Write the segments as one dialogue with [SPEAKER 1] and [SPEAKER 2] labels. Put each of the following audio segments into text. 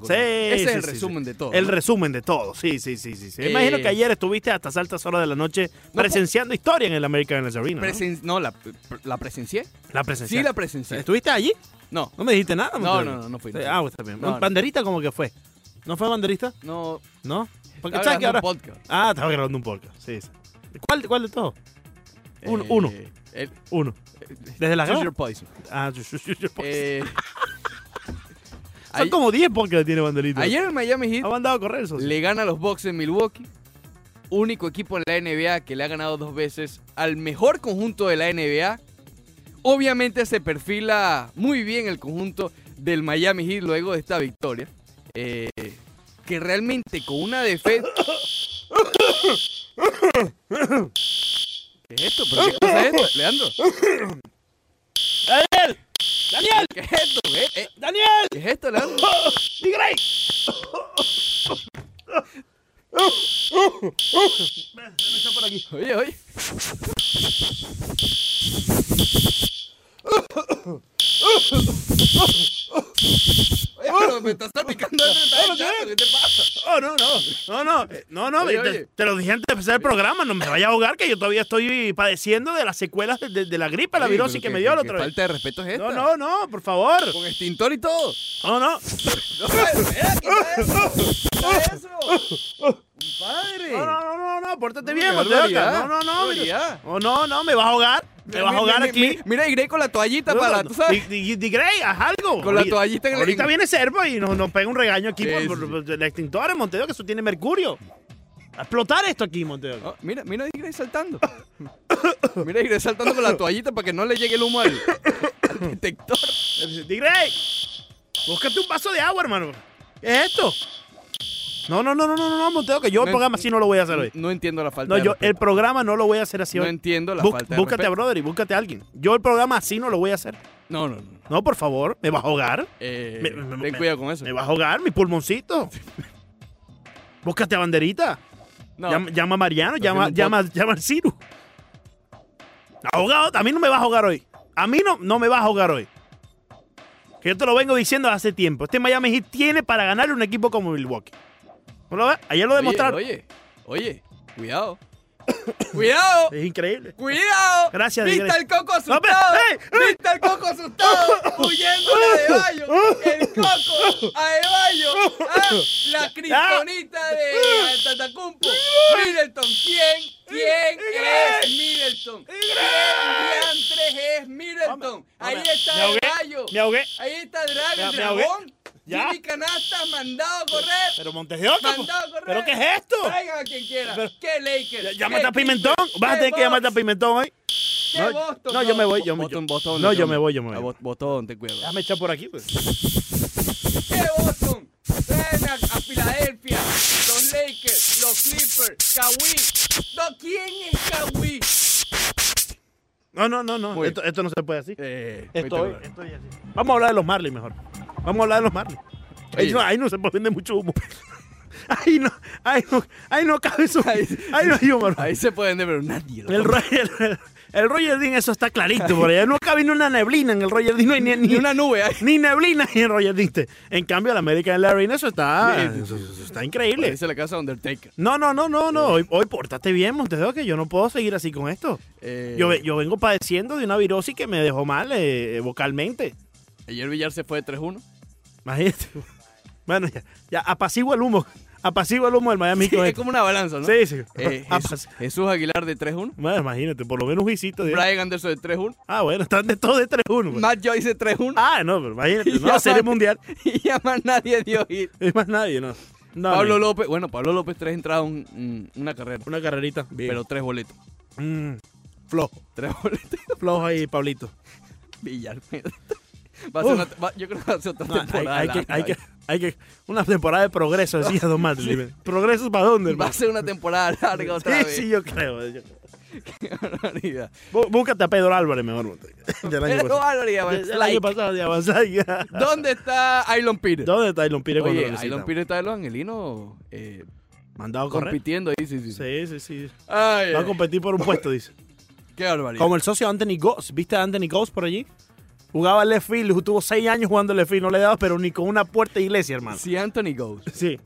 [SPEAKER 1] cosas.
[SPEAKER 2] Sí,
[SPEAKER 1] Ese es
[SPEAKER 2] sí,
[SPEAKER 1] el
[SPEAKER 2] sí,
[SPEAKER 1] resumen
[SPEAKER 2] sí.
[SPEAKER 1] de todo.
[SPEAKER 2] El
[SPEAKER 1] ¿no?
[SPEAKER 2] resumen de todo, sí, sí, sí, sí. sí. Me
[SPEAKER 1] Eh,
[SPEAKER 2] Imagino que ayer estuviste hasta las altas horas de la noche
[SPEAKER 1] No,
[SPEAKER 2] presenciando historia en el American Airlines Arena. ¿no?
[SPEAKER 1] Presen- no, la, la presencié.
[SPEAKER 2] La presencia.
[SPEAKER 1] Sí, la presencié.
[SPEAKER 2] ¿Estuviste allí?
[SPEAKER 1] No,
[SPEAKER 2] No me dijiste nada.
[SPEAKER 1] No,
[SPEAKER 2] Monterrey.
[SPEAKER 1] no, no, no fui, no
[SPEAKER 2] Sí,
[SPEAKER 1] fui.
[SPEAKER 2] Ah, pues está bien.
[SPEAKER 1] No, no.
[SPEAKER 2] ¿Banderita como que fue? ¿No fue banderista?
[SPEAKER 1] no.
[SPEAKER 2] ¿No? Porque
[SPEAKER 1] estaba
[SPEAKER 2] sabes que
[SPEAKER 1] grabando
[SPEAKER 2] ahora...
[SPEAKER 1] un podcast.
[SPEAKER 2] Ah, estaba grabando un podcast. Sí, sí. ¿Cuál, cuál de todos? Uno, uno.
[SPEAKER 1] Eh, el-
[SPEAKER 2] Uno. ¿Desde la
[SPEAKER 1] Choose
[SPEAKER 2] grada?
[SPEAKER 1] your poison.
[SPEAKER 2] Ah, yo- yo- yo- yo-
[SPEAKER 1] Eh,
[SPEAKER 2] Son
[SPEAKER 1] ay-
[SPEAKER 2] como 10 podcasts que tiene banderita.
[SPEAKER 1] ayer el Miami Heat
[SPEAKER 2] Ha mandado a correr eso.
[SPEAKER 1] le gana a los Bucks en Milwaukee. Único equipo en la NBA que le ha ganado dos veces al mejor conjunto de la NBA. Obviamente se perfila muy bien el conjunto del Miami Heat luego de esta victoria. Eh, que realmente con una defensa... ¿Qué es esto? ¿Pero qué cosa es esto, Leandro?
[SPEAKER 2] ¡Daniel! ¡Daniel!
[SPEAKER 1] ¿Qué es esto? ¿Qué, eh,
[SPEAKER 2] ¡Daniel!
[SPEAKER 1] qué es esto, Leandro?
[SPEAKER 2] ¡Tigre!
[SPEAKER 1] Oye, oye. Oye, pero me estás salpicando
[SPEAKER 2] no, no.
[SPEAKER 1] ¿Qué te pasa?
[SPEAKER 2] Oh, no, no. No, no. eh, No, no.
[SPEAKER 1] Oye,
[SPEAKER 2] te,
[SPEAKER 1] oye.
[SPEAKER 2] te lo dije antes de empezar el programa. No me vaya a ahogar que yo todavía estoy padeciendo de las secuelas de, de- de la gripe, la
[SPEAKER 1] Oye,
[SPEAKER 2] virosis
[SPEAKER 1] pero
[SPEAKER 2] que
[SPEAKER 1] qué-
[SPEAKER 2] me dio
[SPEAKER 1] qué-
[SPEAKER 2] la
[SPEAKER 1] qué
[SPEAKER 2] otra vez.
[SPEAKER 1] Falta de respeto es esta.
[SPEAKER 2] No, no, no, por favor.
[SPEAKER 1] Con extintor y todo.
[SPEAKER 2] No, no.
[SPEAKER 1] No, espera, quita eso. Quita eso. Padre.
[SPEAKER 2] No, no, no, no, no, pórtate
[SPEAKER 1] Uy,
[SPEAKER 2] bien,
[SPEAKER 1] qué
[SPEAKER 2] Mateo.
[SPEAKER 1] barbaridad,
[SPEAKER 2] No, no, no.
[SPEAKER 1] qué
[SPEAKER 2] mira.
[SPEAKER 1] barbaridad.
[SPEAKER 2] Oh, no, no, me vas a ahogar. Me vas a ahogar
[SPEAKER 1] Mi- mi- mi-
[SPEAKER 2] aquí.
[SPEAKER 1] Mira, Iré con la toallita
[SPEAKER 2] No,
[SPEAKER 1] para,
[SPEAKER 2] no,
[SPEAKER 1] tú sabes.
[SPEAKER 2] Di- Di- Di Grey, haz algo.
[SPEAKER 1] Con la
[SPEAKER 2] Ahorita-
[SPEAKER 1] toallita en el-
[SPEAKER 2] Ahorita viene Servo y nos, nos pega un regaño aquí
[SPEAKER 1] Sí,
[SPEAKER 2] por,
[SPEAKER 1] sí,
[SPEAKER 2] por-
[SPEAKER 1] sí.
[SPEAKER 2] por el extintor en Montevideo, que eso tiene mercurio. A explotar esto aquí, Montevideo.
[SPEAKER 1] Oh, mira, mira a Iré saltando. Mira a Iré saltando con la toallita para que no le llegue el humo al, al detector.
[SPEAKER 2] Di Grey, búscate un vaso de agua, hermano. ¿Qué es esto? No, no, no, no, no, no, no, Montevideo, que yo el
[SPEAKER 1] No
[SPEAKER 2] programa
[SPEAKER 1] ent-
[SPEAKER 2] así no lo voy a hacer hoy.
[SPEAKER 1] No entiendo la falta
[SPEAKER 2] No,
[SPEAKER 1] de
[SPEAKER 2] yo el
[SPEAKER 1] respeto.
[SPEAKER 2] programa no lo voy a hacer así
[SPEAKER 1] No
[SPEAKER 2] hoy.
[SPEAKER 1] entiendo la
[SPEAKER 2] Bú-
[SPEAKER 1] falta de
[SPEAKER 2] búscate a
[SPEAKER 1] respeto.
[SPEAKER 2] brother y búscate a alguien. Yo el programa así no lo voy a hacer.
[SPEAKER 1] No, no, no.
[SPEAKER 2] No, por favor, me vas a ahogar.
[SPEAKER 1] Eh,
[SPEAKER 2] Me- me-
[SPEAKER 1] ten
[SPEAKER 2] me-
[SPEAKER 1] cuidado con eso.
[SPEAKER 2] Me vas a ahogar, mi pulmoncito. Búscate a banderita.
[SPEAKER 1] No,
[SPEAKER 2] Llama, llama a Mariano, llama,
[SPEAKER 1] haciendo un
[SPEAKER 2] llama, llama al Ciru. Ahogado, a mí no me vas a ahogar hoy. A mí no, no me vas a ahogar hoy. Que yo te lo vengo diciendo hace tiempo. Este Miami Heat tiene para ganar un equipo como Milwaukee. ¿No lo ves? Ayer lo
[SPEAKER 1] oye,
[SPEAKER 2] demostraron.
[SPEAKER 1] Oye, oye, cuidado. cuidado.
[SPEAKER 2] Es increíble.
[SPEAKER 1] Cuidado.
[SPEAKER 2] Gracias,
[SPEAKER 1] Viste
[SPEAKER 2] Miguel.
[SPEAKER 1] el coco
[SPEAKER 2] No, pero-
[SPEAKER 1] asustado.
[SPEAKER 2] ¡Ey! ¡Ey!
[SPEAKER 1] Viste el coco asustado. Huyéndole de Bayo. El coco a de Bayo. Ah, la cristonita de
[SPEAKER 2] Ah.
[SPEAKER 1] Tatacumpo. Middleton. ¿Quién? ¿Quién es Middleton? ¿Quién diantres es Middleton? Ahí
[SPEAKER 2] Hombre, me
[SPEAKER 1] está de
[SPEAKER 2] ahogué,
[SPEAKER 1] Bayo.
[SPEAKER 2] Me ahogué.
[SPEAKER 1] Ahí está Drag,
[SPEAKER 2] Me-
[SPEAKER 1] el
[SPEAKER 2] me ahogué.
[SPEAKER 1] dragón.
[SPEAKER 2] Ya.
[SPEAKER 1] Jimmy Canasta mandado a correr.
[SPEAKER 2] Pero Montes de Oca, pues.
[SPEAKER 1] mandado a correr.
[SPEAKER 2] ¿Pero qué es esto?
[SPEAKER 1] Traigan a quien quiera.
[SPEAKER 2] Pero-
[SPEAKER 1] ¿Qué Lakers?
[SPEAKER 2] Llámate
[SPEAKER 1] ¿Qué
[SPEAKER 2] a Pimentón.
[SPEAKER 1] Clippers?
[SPEAKER 2] Vas a
[SPEAKER 1] ¿Qué
[SPEAKER 2] tener que llamarte a
[SPEAKER 1] Bucks?
[SPEAKER 2] Pimentón hoy.
[SPEAKER 1] ¿Qué
[SPEAKER 2] No,
[SPEAKER 1] Boston?
[SPEAKER 2] no, yo me voy, yo me-
[SPEAKER 1] Botón,
[SPEAKER 2] yo-
[SPEAKER 1] Botón,
[SPEAKER 2] no,
[SPEAKER 1] Botón.
[SPEAKER 2] yo me voy, yo me
[SPEAKER 1] Ah,
[SPEAKER 2] voy.
[SPEAKER 1] Bo- Botón, te cuido.
[SPEAKER 2] Déjame echar por aquí. Pues.
[SPEAKER 1] ¿Qué Boston? Traen a, a Filadelfia, los Lakers, los Clippers, Kawhi. No, ¿quién es Kawhi?
[SPEAKER 2] No, no, no, no.
[SPEAKER 1] Muy
[SPEAKER 2] Esto, esto no se puede así.
[SPEAKER 1] Eh,
[SPEAKER 2] Estoy, estoy así. Vamos a hablar de los Marley mejor. Vamos a hablar de los Marley. Ahí
[SPEAKER 1] Oye.
[SPEAKER 2] no, ahí no se puede vender mucho humo. Ahí no, ahí no, ahí no cabe eso.
[SPEAKER 1] Ahí-
[SPEAKER 2] Ahí, no hay humo. hermano.
[SPEAKER 1] Ahí se pueden ver, pero nadie lo
[SPEAKER 2] El Roger, el, Roger Dean, eso está clarito por allá. No cabe ni una neblina en el Roger Dean. No hay ni,
[SPEAKER 1] Ni
[SPEAKER 2] ni-
[SPEAKER 1] una nube hay.
[SPEAKER 2] ni neblina en el Roger Dean. Te- En cambio, el American Larry, eso está,
[SPEAKER 1] Sí, sí,
[SPEAKER 2] eso, eso está increíble.
[SPEAKER 1] Parece la casa de Undertaker.
[SPEAKER 2] No, no, no, no, no. Hoy, hoy pórtate bien, Montedeo, que yo no puedo seguir así con esto.
[SPEAKER 1] Eh,
[SPEAKER 2] Yo, ve- yo vengo padeciendo de una virosis que me dejó mal eh, vocalmente.
[SPEAKER 1] Ayer Villar se fue de 3-1.
[SPEAKER 2] Imagínate. Bueno, ya, ya apacigua el humo. Apacigua el humo del Miami
[SPEAKER 1] Sí,
[SPEAKER 2] con
[SPEAKER 1] es
[SPEAKER 2] esto.
[SPEAKER 1] como una balanza, ¿no?
[SPEAKER 2] Sí, sí.
[SPEAKER 1] Eh,
[SPEAKER 2] Apaci-
[SPEAKER 1] Jesús, Jesús Aguilar de 3-1.
[SPEAKER 2] Bueno, imagínate, por lo menos un juicito. de-
[SPEAKER 1] Brian Anderson de 3-1.
[SPEAKER 2] Ah, bueno, están de todos de 3-1. pues.
[SPEAKER 1] Matt Joyce de 3-1.
[SPEAKER 2] Ah, no, pero imagínate,
[SPEAKER 1] Ya
[SPEAKER 2] no, serie
[SPEAKER 1] más-
[SPEAKER 2] mundial.
[SPEAKER 1] Y ya más nadie dio hit.
[SPEAKER 2] Es más nadie, no. No,
[SPEAKER 1] Pablo
[SPEAKER 2] ni-
[SPEAKER 1] López, bueno, Pablo López tres entradas, un- un- una carrera,
[SPEAKER 2] Una carrerita. Bien.
[SPEAKER 1] pero tres boletos.
[SPEAKER 2] Mm, flojo.
[SPEAKER 1] Tres boletos.
[SPEAKER 2] Flojo ahí, Pablito.
[SPEAKER 1] Villar. Va a ser
[SPEAKER 2] Uf.
[SPEAKER 1] una- va- yo creo que va a ser otra
[SPEAKER 2] No, hay,
[SPEAKER 1] temporada.
[SPEAKER 2] hay que,
[SPEAKER 1] larga,
[SPEAKER 2] hay, que, hay que. Una temporada de progreso, decía Don Marley. ¿Progresos para dónde,
[SPEAKER 1] Va
[SPEAKER 2] hermano?
[SPEAKER 1] a ser una temporada larga otra
[SPEAKER 2] Sí,
[SPEAKER 1] vez.
[SPEAKER 2] sí, yo creo. yo-
[SPEAKER 1] Qué barbaridad.
[SPEAKER 2] Bú- Búscate a Pedro Álvarez, mejor. Ya el año
[SPEAKER 1] Pero
[SPEAKER 2] pasado.
[SPEAKER 1] barbaridad,
[SPEAKER 2] Ya- ya el
[SPEAKER 1] pues, like.
[SPEAKER 2] año pasado, ya avanzada.
[SPEAKER 1] ¿Dónde está Aylon Pires?
[SPEAKER 2] ¿Dónde está Ailon Pires cuando
[SPEAKER 1] Oye,
[SPEAKER 2] lo necesitamos?
[SPEAKER 1] Aylon Pires está de los angelinos eh,
[SPEAKER 2] Mandado a correr.
[SPEAKER 1] compitiendo Eh. ahí, sí, sí.
[SPEAKER 2] Sí,
[SPEAKER 1] sí.
[SPEAKER 2] sí, sí.
[SPEAKER 1] Ay,
[SPEAKER 2] Va a
[SPEAKER 1] ay,
[SPEAKER 2] competir por un puesto, dice.
[SPEAKER 1] qué barbaridad.
[SPEAKER 2] Como el socio Anthony Goss. ¿Viste a Anthony Goss por allí? Jugaba left field, tuvo seis años jugando left field, no le daba, pero ni con una puerta de iglesia, hermano.
[SPEAKER 1] Si Anthony Goes
[SPEAKER 2] Sí,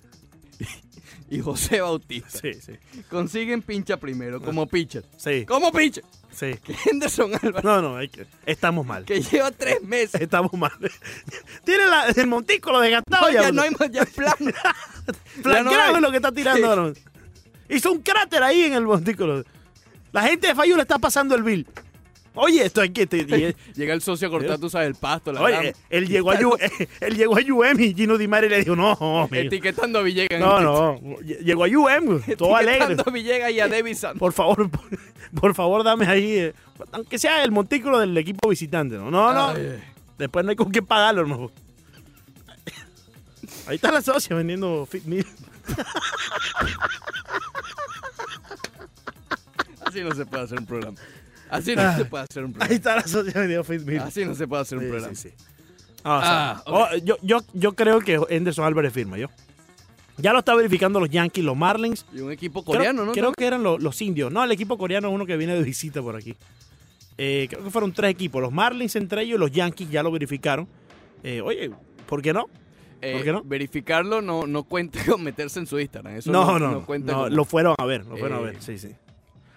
[SPEAKER 1] y José Bautista
[SPEAKER 2] sí, sí.
[SPEAKER 1] consiguen pincha primero, como pitcher.
[SPEAKER 2] Sí,
[SPEAKER 1] Como pitcher.
[SPEAKER 2] sí.
[SPEAKER 1] Que Henderson Álvarez,
[SPEAKER 2] No, no, hay que- estamos mal.
[SPEAKER 1] que lleva tres meses.
[SPEAKER 2] Estamos mal. Tiene la- el montículo desgastado
[SPEAKER 1] No,
[SPEAKER 2] ya.
[SPEAKER 1] ya
[SPEAKER 2] bro.
[SPEAKER 1] no hay más, ya es plano. ya no
[SPEAKER 2] Flanqueado
[SPEAKER 1] hay.
[SPEAKER 2] es lo que está tirando. bro. Hizo un cráter ahí en el montículo. La gente de Fayú le está pasando el bill. Oye, esto hay que... te- y-
[SPEAKER 1] Llega el socio a cortar, tú sabes, el pasto, la grama,
[SPEAKER 2] Oye, él llegó, a U- él llegó a UM y Gino Di Mari le dijo, no, amigo.
[SPEAKER 1] etiquetando a Villegas. en
[SPEAKER 2] no,
[SPEAKER 1] el-
[SPEAKER 2] no. Llegó a UM, todo alegre.
[SPEAKER 1] etiquetando a Villegas y a Davis Santos.
[SPEAKER 2] Por favor, por, por favor, dame ahí, eh, aunque sea el montículo del equipo visitante. No, no, no.
[SPEAKER 1] Ay,
[SPEAKER 2] Después no hay con qué pagarlo, hermano. Ahí está la socia vendiendo Fit Meal.
[SPEAKER 1] Así no se puede hacer un programa. Así no se puede hacer un
[SPEAKER 2] Ahí
[SPEAKER 1] programa.
[SPEAKER 2] está la socia vendiendo Fit Meal.
[SPEAKER 1] Así no se puede hacer un
[SPEAKER 2] Sí,
[SPEAKER 1] programa.
[SPEAKER 2] sí, sí. Ah, o sea,
[SPEAKER 1] Ah,
[SPEAKER 2] oh, yo, yo, yo creo que Henderson Álvarez firma, yo. Ya lo está verificando los Yankees, los Marlins.
[SPEAKER 1] Y un equipo
[SPEAKER 2] Creo-
[SPEAKER 1] coreano, ¿no?
[SPEAKER 2] Creo que eran lo- los indios. No, el equipo coreano es uno que viene de visita por aquí. Eh, creo que fueron tres equipos. Los Marlins entre ellos, los Yankees ya lo verificaron. Eh, oye, ¿por qué no?
[SPEAKER 1] Eh,
[SPEAKER 2] ¿por qué no?
[SPEAKER 1] Verificarlo no, no cuenta con meterse en su Instagram. Eso
[SPEAKER 2] no, no, no.
[SPEAKER 1] cuenta
[SPEAKER 2] no,
[SPEAKER 1] con-
[SPEAKER 2] lo fueron a ver, lo fueron a
[SPEAKER 1] Eh,
[SPEAKER 2] ver. Sí, sí. de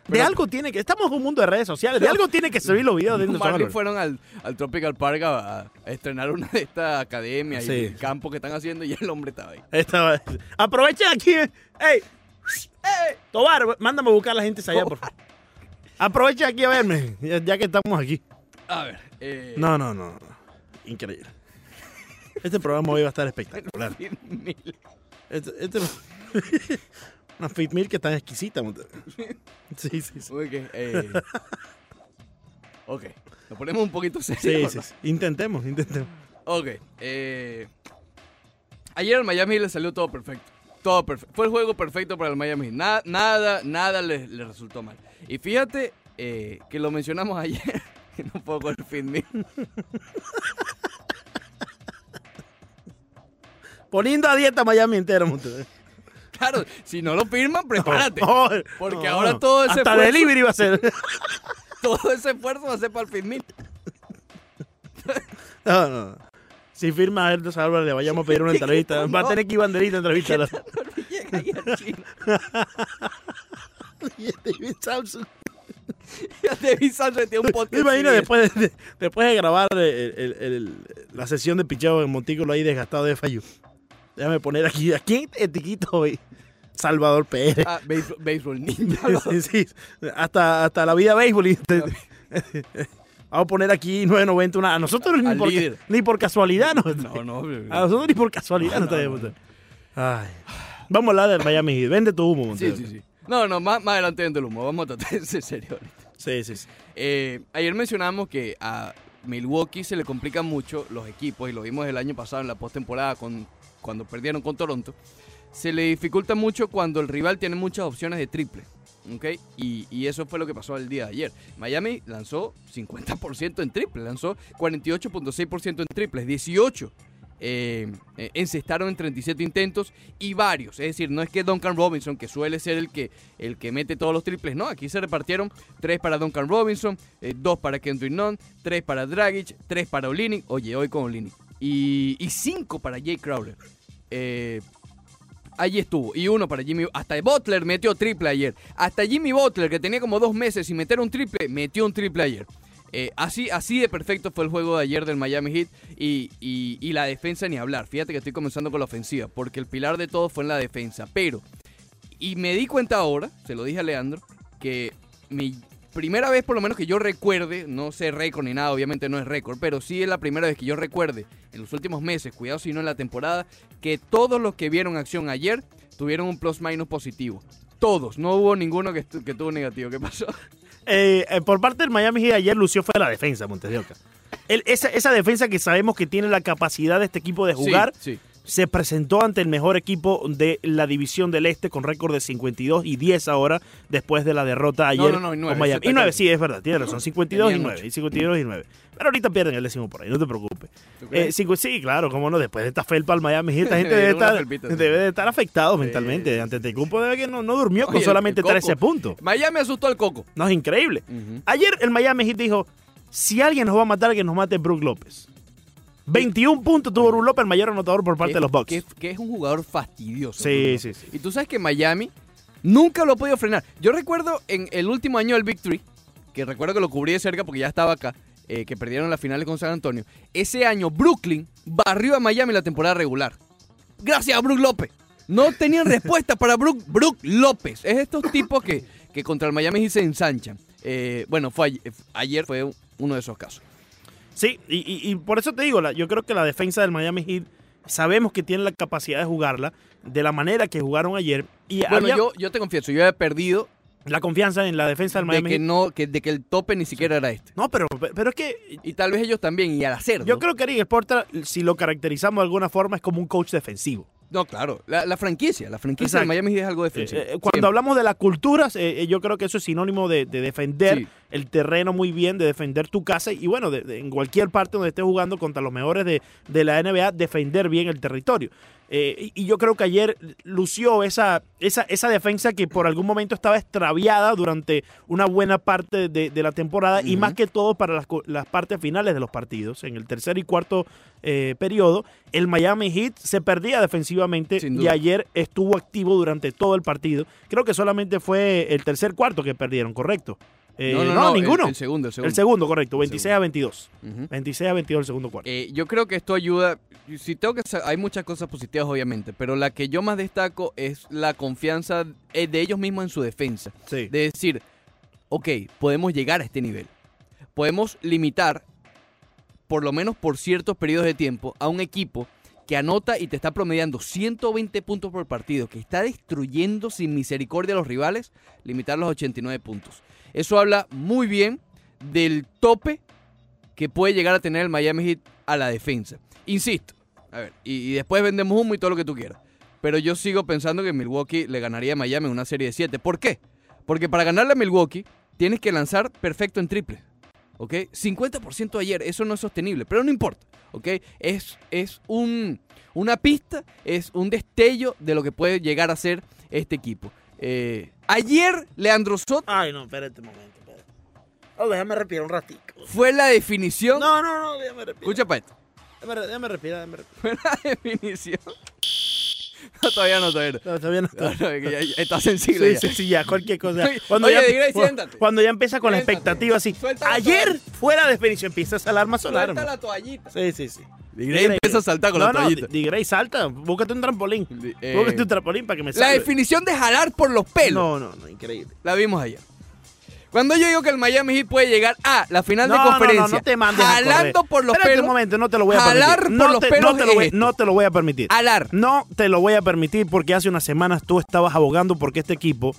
[SPEAKER 1] pero-
[SPEAKER 2] algo tiene que. Estamos en un mundo de redes sociales. De algo tiene que subir los videos de
[SPEAKER 1] Los
[SPEAKER 2] Henderson Álvarez.
[SPEAKER 1] Marlins fueron al, al Tropical Park a, a estrenar una de estas academias
[SPEAKER 2] Sí.
[SPEAKER 1] y el campo que están haciendo y el hombre estaba ahí.
[SPEAKER 2] Estaba- Aprovechen aquí. eh. ¡Ey! Tobar, mándame a buscar a la gente allá, por favor. Aprovechen aquí a verme, ya- ya que estamos aquí.
[SPEAKER 1] A ver. eh,
[SPEAKER 2] No, no, no. Increíble. Este programa hoy va a estar espectacular.
[SPEAKER 1] mil-
[SPEAKER 2] Este, este- una Fit Meal que está exquisita. muchacho. Sí, sí, sí.
[SPEAKER 1] ok, eh, ok. Nos ponemos un poquito
[SPEAKER 2] Sí,
[SPEAKER 1] serios.
[SPEAKER 2] sí, sí. Intentemos, intentemos.
[SPEAKER 1] Ok. eh, ayer al Miami le salió todo perfecto. Todo perfecto. Fue el juego perfecto para el Miami. Nada, nada, nada le, le resultó mal. Y fíjate eh, que lo mencionamos ayer. Que no puedo con el fin mío.
[SPEAKER 2] Poniendo a dieta Miami entero. muchacho.
[SPEAKER 1] Claro, si no lo firman, prepárate.
[SPEAKER 2] No,
[SPEAKER 1] Porque
[SPEAKER 2] no,
[SPEAKER 1] ahora
[SPEAKER 2] no.
[SPEAKER 1] todo ese
[SPEAKER 2] Hasta
[SPEAKER 1] esfuerzo-
[SPEAKER 2] delivery va a ser.
[SPEAKER 1] Todo ese esfuerzo va a ser para el fin mío.
[SPEAKER 2] No, no, no. Si firma a Erdos Álvarez, le vayamos a pedir una entrevista. Va a tener que ir banderita a entrevistar.
[SPEAKER 1] Llega ahí a China. Ya te vi Santos tiene un podcast.
[SPEAKER 2] Me imagino
[SPEAKER 1] sin
[SPEAKER 2] después de, de- después de grabar el- el- el- la sesión de picheo en Montículo ahí desgastado de Fayú. Déjame poner aquí. ¿A quién etiquito hoy? Salvador
[SPEAKER 1] él.
[SPEAKER 2] Pérez.
[SPEAKER 1] Ah, béisbol, béisbol ninja.
[SPEAKER 2] Sí, sí. Hasta, hasta la vida béisbol. y- Vamos a poner aquí 990. Una, a nosotros ni
[SPEAKER 1] Al
[SPEAKER 2] por,
[SPEAKER 1] líder.
[SPEAKER 2] ni por casualidad. No,
[SPEAKER 1] No, no.
[SPEAKER 2] A nosotros ni por casualidad. No,
[SPEAKER 1] No, no,
[SPEAKER 2] tenemos. Ay. Vamos a hablar del Miami Heat. Vende tu humo,
[SPEAKER 1] Sí,
[SPEAKER 2] Montero.
[SPEAKER 1] sí, sí. No, no, más, más adelante dentro del humo. Vamos a tratar de ser serios.
[SPEAKER 2] sí, sí, sí.
[SPEAKER 1] Eh, ayer mencionamos que a Milwaukee se le complican mucho los equipos y lo vimos el año pasado en la postemporada con, cuando perdieron con Toronto. Se le dificulta mucho cuando el rival tiene muchas opciones de triple. ¿ok? Y, y eso fue lo que pasó el día de ayer. Miami lanzó 50% en triple, lanzó 48.6% en triples, 18 eh, eh, encestaron en 37 intentos y varios. Es decir, no es que Duncan Robinson, que suele ser el que, el que mete todos los triples, no. Aquí se repartieron 3 para Duncan Robinson, 2 para Kendrick Nunn, 3 para Dragic, 3 para Olinick. Oye, hoy con Olinick. Y, y 5 para Jay Crowder. Eh, Allí estuvo. Y uno para Jimmy. Hasta Butler metió triple ayer. Hasta Jimmy Butler, que tenía como dos meses sin meter un triple, metió un triple ayer. Eh, así, así de perfecto fue el juego de ayer del Miami Heat. Y, y- y la defensa ni hablar. Fíjate que estoy comenzando con la ofensiva. Porque el pilar de todo fue en la defensa. Pero. Y me di cuenta ahora, se lo dije a Leandro, que mi primera vez por lo menos que yo recuerde, no sé récord ni nada, obviamente no es récord, pero sí es la primera vez que yo recuerde en los últimos meses, cuidado si no en la temporada, que todos los que vieron acción ayer tuvieron un plus minus positivo. Todos, no hubo ninguno que, estu- que tuvo negativo. ¿Qué pasó?
[SPEAKER 2] Eh, eh, por parte del Miami Heat ayer lució fue la defensa, Montes de Oca. El- esa, esa defensa que sabemos que tiene la capacidad de este equipo de jugar,
[SPEAKER 1] Sí, sí.
[SPEAKER 2] se presentó ante el mejor equipo de la división del Este con récord de 52 y 10 ahora, después de la derrota ayer
[SPEAKER 1] no, no, y nueve,
[SPEAKER 2] con Miami.
[SPEAKER 1] sí,
[SPEAKER 2] Y 9,
[SPEAKER 1] está
[SPEAKER 2] sí, es verdad, tiene razón, 52 y
[SPEAKER 1] Tenían
[SPEAKER 2] 9,
[SPEAKER 1] ocho.
[SPEAKER 2] y 52 y 9. Pero ahorita pierden el décimo por ahí, no te preocupes.
[SPEAKER 1] ¿Tú
[SPEAKER 2] Eh,
[SPEAKER 1] crees?
[SPEAKER 2] cincu- sí, claro, cómo no, después de esta felpa al Miami Heat, esta gente
[SPEAKER 1] Le
[SPEAKER 2] debe
[SPEAKER 1] dieron una
[SPEAKER 2] estar,
[SPEAKER 1] felpita, sí.
[SPEAKER 2] debe de estar afectado
[SPEAKER 1] Sí,
[SPEAKER 2] mentalmente.
[SPEAKER 1] sí,
[SPEAKER 2] Ante el equipo de que no, no durmió
[SPEAKER 1] Oye,
[SPEAKER 2] con
[SPEAKER 1] el-
[SPEAKER 2] solamente
[SPEAKER 1] el coco.
[SPEAKER 2] 13 puntos.
[SPEAKER 1] Miami asustó al Coco.
[SPEAKER 2] No, es increíble. Ayer el Miami Heat dijo, Si alguien nos va a matar, que nos mate Brook López. 21 puntos tuvo Brook López, el mayor anotador por parte
[SPEAKER 1] que-
[SPEAKER 2] de los Bucks.
[SPEAKER 1] Que, que es un jugador fastidioso.
[SPEAKER 2] Sí,
[SPEAKER 1] Bruno.
[SPEAKER 2] sí, sí.
[SPEAKER 1] Y tú sabes que Miami nunca lo ha podido frenar. Yo recuerdo en el último año del Big Three, que recuerdo que lo cubrí de cerca porque ya estaba acá, eh, que perdieron las finales con San Antonio. Ese año Brooklyn barrió a Miami la temporada regular. Gracias a Brook López. No tenían respuesta para Brook, Brook López. Es estos tipos que, que contra el Miami sí se ensanchan. Eh, bueno, fue ayer, ayer fue uno de esos casos.
[SPEAKER 2] Sí, y, y- y por eso te digo, la- yo creo que la defensa del Miami Heat sabemos que tiene la capacidad de jugarla de la manera que jugaron ayer. Y
[SPEAKER 1] Bueno,
[SPEAKER 2] había
[SPEAKER 1] yo, yo te confieso, yo había perdido
[SPEAKER 2] la confianza en la defensa del
[SPEAKER 1] de
[SPEAKER 2] Miami
[SPEAKER 1] que,
[SPEAKER 2] Heat.
[SPEAKER 1] no, que, de que el tope ni siquiera era este.
[SPEAKER 2] No, pero, pero es que
[SPEAKER 1] Y tal vez ellos también, y al hacerlo.
[SPEAKER 2] yo creo que Eric Sportra, si lo caracterizamos de alguna forma, es como un coach defensivo.
[SPEAKER 1] No, claro. La, la franquicia, la franquicia de
[SPEAKER 2] Exacto.
[SPEAKER 1] Miami Heat es algo defensivo.
[SPEAKER 2] Eh, eh, cuando
[SPEAKER 1] Siempre.
[SPEAKER 2] hablamos de las culturas, eh, eh, yo creo que eso es sinónimo de, de defender
[SPEAKER 1] Sí.
[SPEAKER 2] el terreno muy bien, de defender tu casa y bueno, de- de- en cualquier parte donde estés jugando contra los mejores de, de la NBA, defender bien el territorio. Eh, y, y yo creo que ayer lució esa, esa, esa defensa que por algún momento estaba extraviada durante una buena parte de, de la temporada y
[SPEAKER 1] Ujú.
[SPEAKER 2] más que todo para las, co- las partes finales de los partidos, en el tercer y cuarto eh, periodo, el Miami Heat se perdía defensivamente
[SPEAKER 1] Sin
[SPEAKER 2] y
[SPEAKER 1] duda.
[SPEAKER 2] ayer estuvo activo durante todo el partido. Creo que solamente fue el tercer cuarto que perdieron, ¿correcto? Eh, no,
[SPEAKER 1] el-
[SPEAKER 2] ninguno.
[SPEAKER 1] El,
[SPEAKER 2] El,
[SPEAKER 1] segundo, el segundo.
[SPEAKER 2] segundo, correcto.
[SPEAKER 1] El
[SPEAKER 2] 26
[SPEAKER 1] segundo.
[SPEAKER 2] a 22.
[SPEAKER 1] Ujú.
[SPEAKER 2] 26 a 22 el segundo cuarto.
[SPEAKER 1] Eh, yo creo que esto ayuda. Si tengo que sa- hay muchas cosas positivas, obviamente, pero la que yo más destaco es la confianza eh, de ellos mismos en su defensa.
[SPEAKER 2] sí.
[SPEAKER 1] Eh, De decir, ok, podemos llegar a este nivel. Podemos limitar, por lo menos por ciertos periodos de tiempo, a un equipo que anota y te está promediando 120 puntos por partido, que está destruyendo sin misericordia a los rivales, limitar los 89 puntos. Eso habla muy bien del tope que puede llegar a tener el Miami Heat a la defensa. Insisto, a ver, y, y después vendemos humo y todo lo que tú quieras. Pero yo sigo pensando que Milwaukee le ganaría a Miami en una serie de 7. ¿Por qué? Porque para ganarle a Milwaukee tienes que lanzar perfecto en triple. ¿Ok? 50% ayer, eso no es sostenible, pero no importa. ¿Ok? Es, es un, una pista, es un destello de lo que puede llegar a ser este equipo. Eh, ayer, Leandro Soto
[SPEAKER 3] Ay, no, espérate un momento. Espérate. Oh, déjame respirar un ratico.
[SPEAKER 1] fue la definición.
[SPEAKER 3] No, no, no, déjame respirar.
[SPEAKER 1] Escucha para esto.
[SPEAKER 3] Déjame, re- déjame respirar, déjame respirar.
[SPEAKER 1] Fue la definición. No, todavía no, todavía no.
[SPEAKER 2] No, está bien.
[SPEAKER 1] No, no, que ya- ya está
[SPEAKER 2] Sí,
[SPEAKER 1] sensible. ya.
[SPEAKER 2] sí, sí, ya, cualquier cosa.
[SPEAKER 1] Oye, Di Grey,
[SPEAKER 2] cu-
[SPEAKER 1] siéntate.
[SPEAKER 2] cuando ya empieza con la
[SPEAKER 1] Siéntate.
[SPEAKER 2] expectativa así.
[SPEAKER 1] Suelta la
[SPEAKER 2] Ayer,
[SPEAKER 1] toalla.
[SPEAKER 2] fuera de definición, empieza esa alarma solar.
[SPEAKER 1] Suelta
[SPEAKER 2] hermano.
[SPEAKER 1] la toallita.
[SPEAKER 3] Sí, sí, sí.
[SPEAKER 1] Di Grey empieza a saltar con
[SPEAKER 2] no,
[SPEAKER 1] la
[SPEAKER 2] no,
[SPEAKER 1] toallita.
[SPEAKER 2] Di Grey, salta. Búscate un trampolín.
[SPEAKER 1] Di- eh,
[SPEAKER 2] Búscate un trampolín para que me
[SPEAKER 1] la
[SPEAKER 2] salve.
[SPEAKER 1] definición de jalar por los pelos.
[SPEAKER 3] No, no, no, increíble.
[SPEAKER 1] La vimos ayer. Cuando yo digo que el Miami Heat puede llegar a la final
[SPEAKER 2] No,
[SPEAKER 1] de
[SPEAKER 2] no,
[SPEAKER 1] conferencia,
[SPEAKER 2] No, no, te mandes a
[SPEAKER 1] jalando
[SPEAKER 2] correr.
[SPEAKER 1] por los
[SPEAKER 2] Espérate
[SPEAKER 1] pelos,
[SPEAKER 2] un momento, no te lo voy a permitir.
[SPEAKER 1] jalar por
[SPEAKER 2] no
[SPEAKER 1] los
[SPEAKER 2] te,
[SPEAKER 1] pelos
[SPEAKER 2] no te, lo voy,
[SPEAKER 1] es Ah.
[SPEAKER 2] no te lo voy a permitir.
[SPEAKER 1] alar.
[SPEAKER 2] No te lo voy a permitir porque hace unas semanas tú estabas abogando porque este equipo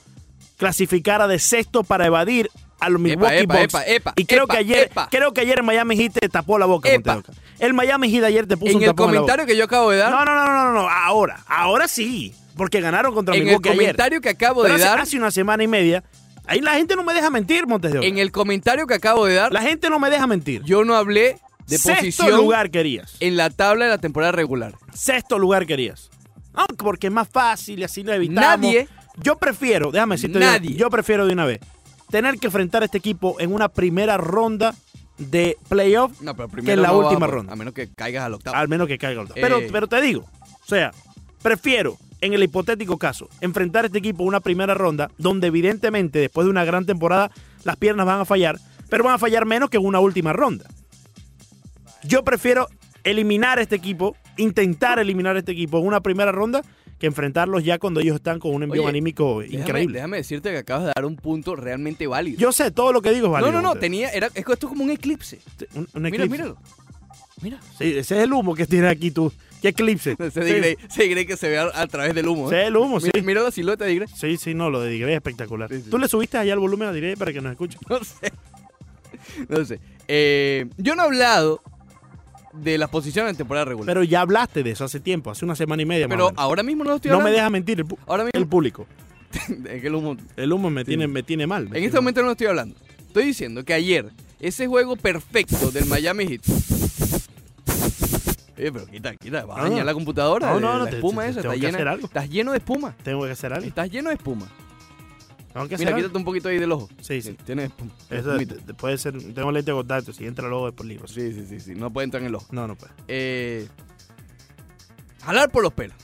[SPEAKER 2] clasificara de sexto para evadir a los Milwaukee
[SPEAKER 1] epa,
[SPEAKER 2] Bucks.
[SPEAKER 1] epa, epa,
[SPEAKER 2] y creo
[SPEAKER 1] epa,
[SPEAKER 2] que ayer,
[SPEAKER 1] epa.
[SPEAKER 2] creo que ayer el Miami Heat te tapó la boca.
[SPEAKER 1] Epa.
[SPEAKER 2] Montedoca. El Miami Heat ayer te puso
[SPEAKER 1] En
[SPEAKER 2] un
[SPEAKER 1] el
[SPEAKER 2] tapón en la boca.
[SPEAKER 1] comentario que yo acabo de dar,
[SPEAKER 2] No, no, no, no, no, no, ahora, ahora sí, porque ganaron contra
[SPEAKER 1] en el
[SPEAKER 2] Milwaukee ayer.
[SPEAKER 1] comentario que acabo
[SPEAKER 2] Pero
[SPEAKER 1] de
[SPEAKER 2] hace,
[SPEAKER 1] dar,
[SPEAKER 2] hace una semana y media, ahí la gente no me deja mentir, Montes de Oca.
[SPEAKER 1] en el comentario que acabo de dar,
[SPEAKER 2] La gente no me deja mentir.
[SPEAKER 1] yo no hablé de
[SPEAKER 2] Sexto
[SPEAKER 1] posición
[SPEAKER 2] lugar querías.
[SPEAKER 1] en la tabla de la temporada regular.
[SPEAKER 2] Sexto lugar querías. No, porque es más fácil y así lo evitamos.
[SPEAKER 1] Nadie-
[SPEAKER 2] Yo prefiero, déjame decirte, de-
[SPEAKER 1] Nadie.
[SPEAKER 2] yo prefiero de una vez tener que enfrentar a este equipo en una primera ronda de playoff,
[SPEAKER 1] No, pero primero
[SPEAKER 2] Que en la
[SPEAKER 1] no
[SPEAKER 2] última
[SPEAKER 1] vamos,
[SPEAKER 2] ronda. Ah,
[SPEAKER 1] A menos que caigas al octavo.
[SPEAKER 2] al menos que caiga el otro. Pero,
[SPEAKER 1] Eh.
[SPEAKER 2] pero te digo, o sea, prefiero en el hipotético caso enfrentar a este equipo en una primera ronda donde evidentemente después de una gran temporada las piernas van a fallar, pero van a fallar menos que en una última ronda. Yo prefiero eliminar a este equipo, intentar eliminar a este equipo en una primera ronda que enfrentarlos ya cuando ellos están con un envío
[SPEAKER 1] Oye,
[SPEAKER 2] anímico
[SPEAKER 1] Déjame-
[SPEAKER 2] increíble.
[SPEAKER 1] Déjame decirte que acabas de dar un punto realmente válido.
[SPEAKER 2] Yo sé, todo lo que digo es válido.
[SPEAKER 1] no, no, no,
[SPEAKER 2] Montes.
[SPEAKER 1] tenía, era, es que esto es como un eclipse.
[SPEAKER 2] Un- un
[SPEAKER 1] Mira,
[SPEAKER 2] eclipse.
[SPEAKER 1] míralo. Mira.
[SPEAKER 2] Sí, ese es el humo que tienes aquí tú. ¿Qué eclipse?
[SPEAKER 1] Se
[SPEAKER 2] Sí,
[SPEAKER 1] digre, que se ve a, a través del humo.
[SPEAKER 2] sí,
[SPEAKER 1] ¿eh?
[SPEAKER 2] el humo, sí.
[SPEAKER 1] Mira, mira la silueta de Digre.
[SPEAKER 2] Sí, sí, no, lo de Digrey es espectacular.
[SPEAKER 1] Sí, sí.
[SPEAKER 2] ¿Tú le subiste allá el volumen a Digrey para que nos escuche?
[SPEAKER 1] No sé. No sé. Eh, yo no he hablado de las posiciones en temporada regular.
[SPEAKER 2] Pero ya hablaste de eso hace tiempo, hace una semana y media. más
[SPEAKER 1] Pero,
[SPEAKER 2] o menos.
[SPEAKER 1] ahora mismo no lo estoy
[SPEAKER 2] no me
[SPEAKER 1] hablando.
[SPEAKER 2] deja mentir el, pu-
[SPEAKER 1] Ahora
[SPEAKER 2] el
[SPEAKER 1] mismo.
[SPEAKER 2] público.
[SPEAKER 1] es que el humo.
[SPEAKER 2] El humo me,
[SPEAKER 1] Sí.
[SPEAKER 2] tiene, me tiene mal. me
[SPEAKER 1] En
[SPEAKER 2] tiene
[SPEAKER 1] este
[SPEAKER 2] mal.
[SPEAKER 1] momento no lo estoy hablando. Estoy diciendo que ayer, ese juego perfecto del Miami Heat. Eh, pero quita, quita, vas a
[SPEAKER 2] No,
[SPEAKER 1] dañar
[SPEAKER 2] no.
[SPEAKER 1] la computadora.
[SPEAKER 2] No,
[SPEAKER 1] de
[SPEAKER 2] no, no,
[SPEAKER 1] La
[SPEAKER 2] te-
[SPEAKER 1] espuma
[SPEAKER 2] te-
[SPEAKER 1] esa,
[SPEAKER 2] tengo
[SPEAKER 1] está
[SPEAKER 2] que hacer
[SPEAKER 1] llena,
[SPEAKER 2] algo.
[SPEAKER 1] estás lleno de espuma.
[SPEAKER 2] Tengo que hacer algo.
[SPEAKER 1] Estás lleno de espuma.
[SPEAKER 2] Aunque
[SPEAKER 1] Mira,
[SPEAKER 2] sea.
[SPEAKER 1] quítate un poquito ahí del ojo.
[SPEAKER 2] Sí, sí.
[SPEAKER 1] Tienes.
[SPEAKER 2] Eso
[SPEAKER 1] espumita.
[SPEAKER 2] te- te puede ser. Tengo lente de contacto. Si entra luego después libros.
[SPEAKER 1] Sí, sí, sí, sí. No puede entrar en el ojo.
[SPEAKER 2] No, no puede.
[SPEAKER 1] Eh, jalar por los pelos.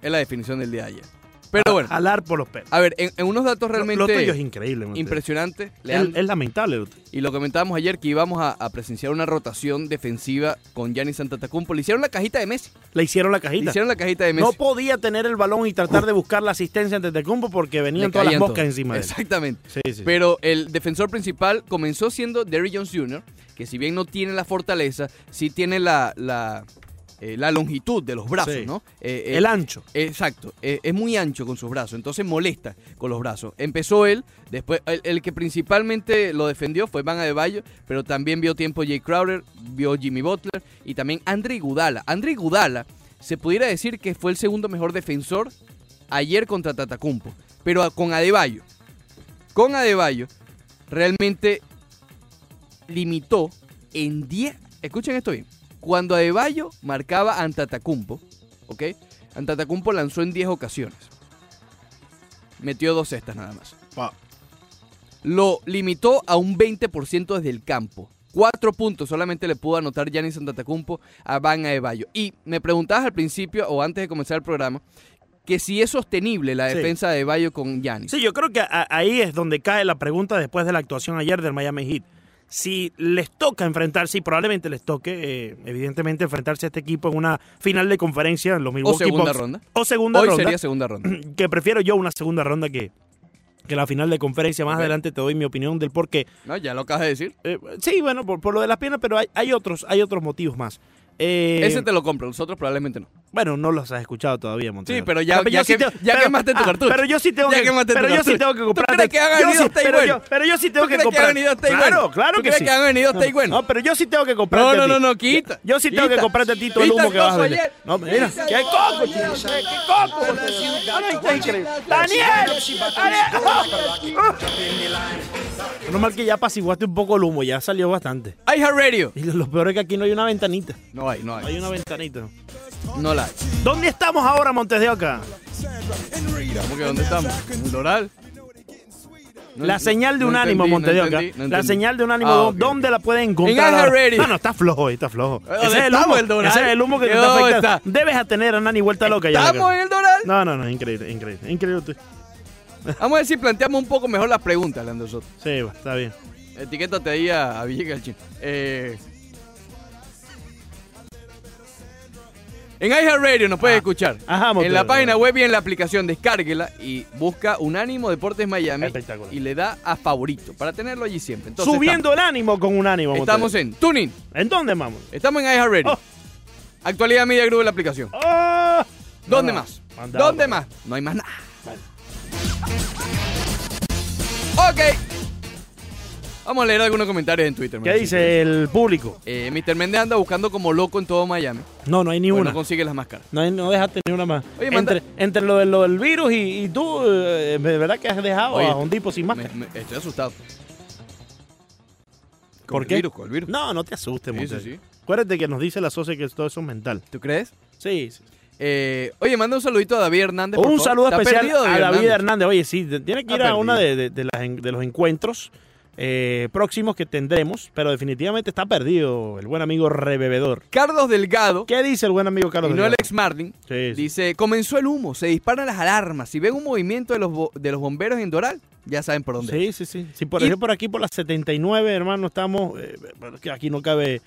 [SPEAKER 1] Es la definición del día de ayer. Pero bueno,
[SPEAKER 2] Jalar por los pelos.
[SPEAKER 1] a ver, en, en unos datos
[SPEAKER 2] Ah, Lo tuyo es
[SPEAKER 1] realmente
[SPEAKER 2] increíble. Mateo.
[SPEAKER 1] impresionantes,
[SPEAKER 2] Es,
[SPEAKER 1] Leandro,
[SPEAKER 2] es lamentable. lo tuyo.
[SPEAKER 1] y lo comentábamos ayer que íbamos a, a presenciar una rotación defensiva con Giannis Santatacumpo. Le hicieron la cajita de Messi.
[SPEAKER 2] Le hicieron la
[SPEAKER 1] Le
[SPEAKER 2] cajita.
[SPEAKER 1] hicieron la cajita de Messi. Uh.
[SPEAKER 2] No podía tener el balón y tratar de buscar la asistencia ante Tecumpo porque venían
[SPEAKER 1] Le
[SPEAKER 2] todas las
[SPEAKER 1] caían
[SPEAKER 2] moscas
[SPEAKER 1] todos.
[SPEAKER 2] encima de él.
[SPEAKER 1] Exactamente.
[SPEAKER 2] Sí, sí.
[SPEAKER 1] Pero el defensor principal comenzó siendo Derry Jones Jr., que si bien no tiene la fortaleza, sí tiene la, la, eh, la longitud de los brazos,
[SPEAKER 2] Sí.
[SPEAKER 1] ¿no? Eh, eh,
[SPEAKER 2] el ancho.
[SPEAKER 1] Exacto, eh, es muy ancho con sus brazos, entonces molesta con los brazos. Empezó él, después el, el que principalmente lo defendió fue Van Adebayo, pero también vio tiempo Jay Crowder, vio Jimmy Butler y también Andre Gudala. Andre Gudala se pudiera decir que fue el segundo mejor defensor ayer contra Tatacumpo, pero a- con Adebayo. Con Adebayo realmente limitó en 10, escuchen esto bien, cuando Adebayo marcaba ante Tatacumpo, ¿ok? Antetokounmpo lanzó en 10 ocasiones. Metió dos cestas nada más. Lo limitó a un 20% desde el campo. Cuatro puntos solamente le pudo anotar Giannis Antetokounmpo a Van Adebayo. Y me preguntabas al principio o antes de comenzar el programa que si es sostenible la
[SPEAKER 2] Sí.
[SPEAKER 1] defensa de Adebayo con Giannis.
[SPEAKER 2] Sí, yo creo que a- ahí es donde cae la pregunta después de la actuación ayer del Miami Heat. Si les toca enfrentarse, y probablemente les toque, eh, evidentemente, enfrentarse a este equipo en una final de conferencia, los Milwaukee
[SPEAKER 1] segunda
[SPEAKER 2] Bucks,
[SPEAKER 1] ronda.
[SPEAKER 2] O segunda
[SPEAKER 1] Hoy
[SPEAKER 2] ronda.
[SPEAKER 1] sería segunda ronda.
[SPEAKER 2] Que prefiero yo una segunda ronda que, que la final de conferencia. Más
[SPEAKER 1] Ok.
[SPEAKER 2] adelante te doy mi opinión del por qué.
[SPEAKER 1] No, ya lo acabas de decir.
[SPEAKER 2] Eh, sí, bueno, por, por lo de las piernas, pero hay, hay otros hay otros motivos más. Eh,
[SPEAKER 1] Ese te lo compro, los otros probablemente no.
[SPEAKER 2] Bueno, no los has escuchado todavía, Montero.
[SPEAKER 1] Sí, pero ya- ya
[SPEAKER 2] yo
[SPEAKER 1] que-
[SPEAKER 2] tengo-
[SPEAKER 1] ya quemaste tu cartucho.
[SPEAKER 2] Pero yo sí tengo
[SPEAKER 1] Ya
[SPEAKER 2] que,
[SPEAKER 1] quemaste tu
[SPEAKER 2] pero yo sí
[SPEAKER 1] cartucho.
[SPEAKER 2] tengo que
[SPEAKER 1] ¿Tú
[SPEAKER 2] comprar.
[SPEAKER 1] crees que hagan
[SPEAKER 2] yo
[SPEAKER 1] venido
[SPEAKER 2] sí,
[SPEAKER 1] hasta ahí
[SPEAKER 2] pero,
[SPEAKER 1] bueno?
[SPEAKER 2] yo, pero yo sí tengo
[SPEAKER 1] ¿Tú
[SPEAKER 2] que
[SPEAKER 1] crees que
[SPEAKER 2] comprar.
[SPEAKER 1] hagan venido hasta ahí
[SPEAKER 2] claro,
[SPEAKER 1] bueno?
[SPEAKER 2] claro
[SPEAKER 1] ¿Tú
[SPEAKER 2] que
[SPEAKER 1] crees
[SPEAKER 2] sí.
[SPEAKER 1] que hagan venido hasta ahí bueno?
[SPEAKER 2] No, pero yo sí tengo que comprar.
[SPEAKER 1] No, no, no, no, quita,
[SPEAKER 2] Yo, sí tengo
[SPEAKER 1] quita.
[SPEAKER 2] que comprarte a ti todo el
[SPEAKER 1] Quita
[SPEAKER 2] humo
[SPEAKER 1] el
[SPEAKER 2] que vas a
[SPEAKER 1] coso
[SPEAKER 2] vender.
[SPEAKER 1] ayer.
[SPEAKER 2] No, mira,
[SPEAKER 1] Quita el
[SPEAKER 2] qué
[SPEAKER 1] coso
[SPEAKER 2] coco,
[SPEAKER 1] ayer.
[SPEAKER 2] chico, qué qué coco. No, no, está increíble. Daniel, Daniel. Menos mal que ya apaciguaste un poco el humo, ya salió bastante.
[SPEAKER 1] iHeartRadio.
[SPEAKER 2] Y lo peor es que aquí no hay una ventanita.
[SPEAKER 1] No hay, no
[SPEAKER 2] Hay
[SPEAKER 1] hay.
[SPEAKER 2] una ventanita.
[SPEAKER 1] No la hay.
[SPEAKER 2] ¿Dónde estamos ahora, Montes de Oca?
[SPEAKER 1] ¿Cómo que dónde estamos? ¿En Doral? No,
[SPEAKER 2] la
[SPEAKER 1] no,
[SPEAKER 2] señal de
[SPEAKER 1] no
[SPEAKER 2] un ánimo,
[SPEAKER 1] entendí, no
[SPEAKER 2] Montes de Oca.
[SPEAKER 1] entendí, no
[SPEAKER 2] la
[SPEAKER 1] entendí.
[SPEAKER 2] señal de un ánimo,
[SPEAKER 1] Ah,
[SPEAKER 2] ¿dó-
[SPEAKER 1] ok,
[SPEAKER 2] ¿dónde
[SPEAKER 1] ok.
[SPEAKER 2] la pueden encontrar?
[SPEAKER 1] Gaia
[SPEAKER 2] ahora?
[SPEAKER 1] Radio.
[SPEAKER 2] No, no, está flojo hoy, está flojo.
[SPEAKER 1] Eh,
[SPEAKER 2] Ese es el
[SPEAKER 1] estamos
[SPEAKER 2] humo,
[SPEAKER 1] el Doral.
[SPEAKER 2] ese es el humo que te
[SPEAKER 1] Yo,
[SPEAKER 2] está afectando.
[SPEAKER 1] está.
[SPEAKER 2] Debes atener a Nani vuelta loca ya.
[SPEAKER 1] ¿Estamos en el Doral?
[SPEAKER 2] No, no, no, increíble, increíble, increíble. tú.
[SPEAKER 1] Vamos a ver si planteamos un poco mejor las preguntas, Leandro Soto.
[SPEAKER 2] Sí, va, está bien.
[SPEAKER 1] Etiquétate ahí a, a Villegas, chino. Eh, en iHeartRadio nos puedes
[SPEAKER 2] Ah.
[SPEAKER 1] escuchar.
[SPEAKER 2] Ajá, Montes
[SPEAKER 1] en
[SPEAKER 2] de
[SPEAKER 1] la
[SPEAKER 2] Oca.
[SPEAKER 1] página web y en la aplicación, descárguela y busca Unánimo Deportes Miami
[SPEAKER 2] Espectacular.
[SPEAKER 1] y le da a favorito para tenerlo allí siempre. Entonces,
[SPEAKER 2] Subiendo el ánimo con un ánimo.
[SPEAKER 1] Estamos,
[SPEAKER 2] Montes de
[SPEAKER 1] estamos
[SPEAKER 2] Oca.
[SPEAKER 1] en Tuning,
[SPEAKER 2] ¿En dónde, vamos?
[SPEAKER 1] estamos en iHeartRadio.
[SPEAKER 2] Oh.
[SPEAKER 1] Actualidad Media Group en la aplicación.
[SPEAKER 2] ¡Ah!
[SPEAKER 1] ¿Dónde
[SPEAKER 2] No, no,
[SPEAKER 1] más?
[SPEAKER 2] mandado,
[SPEAKER 1] ¿Dónde
[SPEAKER 2] papá.
[SPEAKER 1] más? No hay más nada.
[SPEAKER 2] Vale.
[SPEAKER 1] Ok. Vamos a leer algunos comentarios en Twitter.
[SPEAKER 2] ¿Qué
[SPEAKER 1] Maxi.
[SPEAKER 2] dice el público?
[SPEAKER 1] Eh, Mr. Méndez anda buscando como loco en todo Miami.
[SPEAKER 2] No, no hay ni
[SPEAKER 1] pero
[SPEAKER 2] una.
[SPEAKER 1] No consigue las máscaras.
[SPEAKER 2] No, hay- no dejaste ni una más.
[SPEAKER 1] Oye, manda-
[SPEAKER 2] entre, entre lo, de- lo del virus y, y tú, eh, de verdad que has dejado
[SPEAKER 1] Oye,
[SPEAKER 2] a un tipo sin máscara.
[SPEAKER 1] Me- me- estoy asustado. Con
[SPEAKER 2] ¿Por
[SPEAKER 1] el
[SPEAKER 2] qué?
[SPEAKER 1] virus, con el virus.
[SPEAKER 2] No, no te asustes,
[SPEAKER 1] Sí,
[SPEAKER 2] Montes.
[SPEAKER 1] sí, sí.
[SPEAKER 2] Acuérdate que nos dice la socia que todo eso es mental.
[SPEAKER 1] ¿Tú crees?
[SPEAKER 2] Sí. sí.
[SPEAKER 1] Eh, oye, manda un saludito a David Hernández. por
[SPEAKER 2] Un
[SPEAKER 1] favor.
[SPEAKER 2] saludo
[SPEAKER 1] Está
[SPEAKER 2] especial
[SPEAKER 1] perdido,
[SPEAKER 2] a David Hernández. Oye, sí, te- tiene que ir
[SPEAKER 1] Está
[SPEAKER 2] a una de,
[SPEAKER 1] perdido.
[SPEAKER 2] de- de las en- de los encuentros eh, próximos que tendremos, pero definitivamente está perdido el buen amigo rebebedor.
[SPEAKER 1] Carlos Delgado,
[SPEAKER 2] ¿Qué dice el buen amigo Carlos?
[SPEAKER 1] y no el
[SPEAKER 2] Delgado?
[SPEAKER 1] ex Martin,
[SPEAKER 2] Sí, sí.
[SPEAKER 1] Dice, comenzó el humo, se disparan las alarmas. Si ven un movimiento de los, bo- de los bomberos en Doral, ya saben por dónde.
[SPEAKER 2] Sí, sí, sí. Si por,
[SPEAKER 1] Y-
[SPEAKER 2] ejemplo, por aquí, por las 79, hermano, estamos. eh, bueno, es que aquí no cabe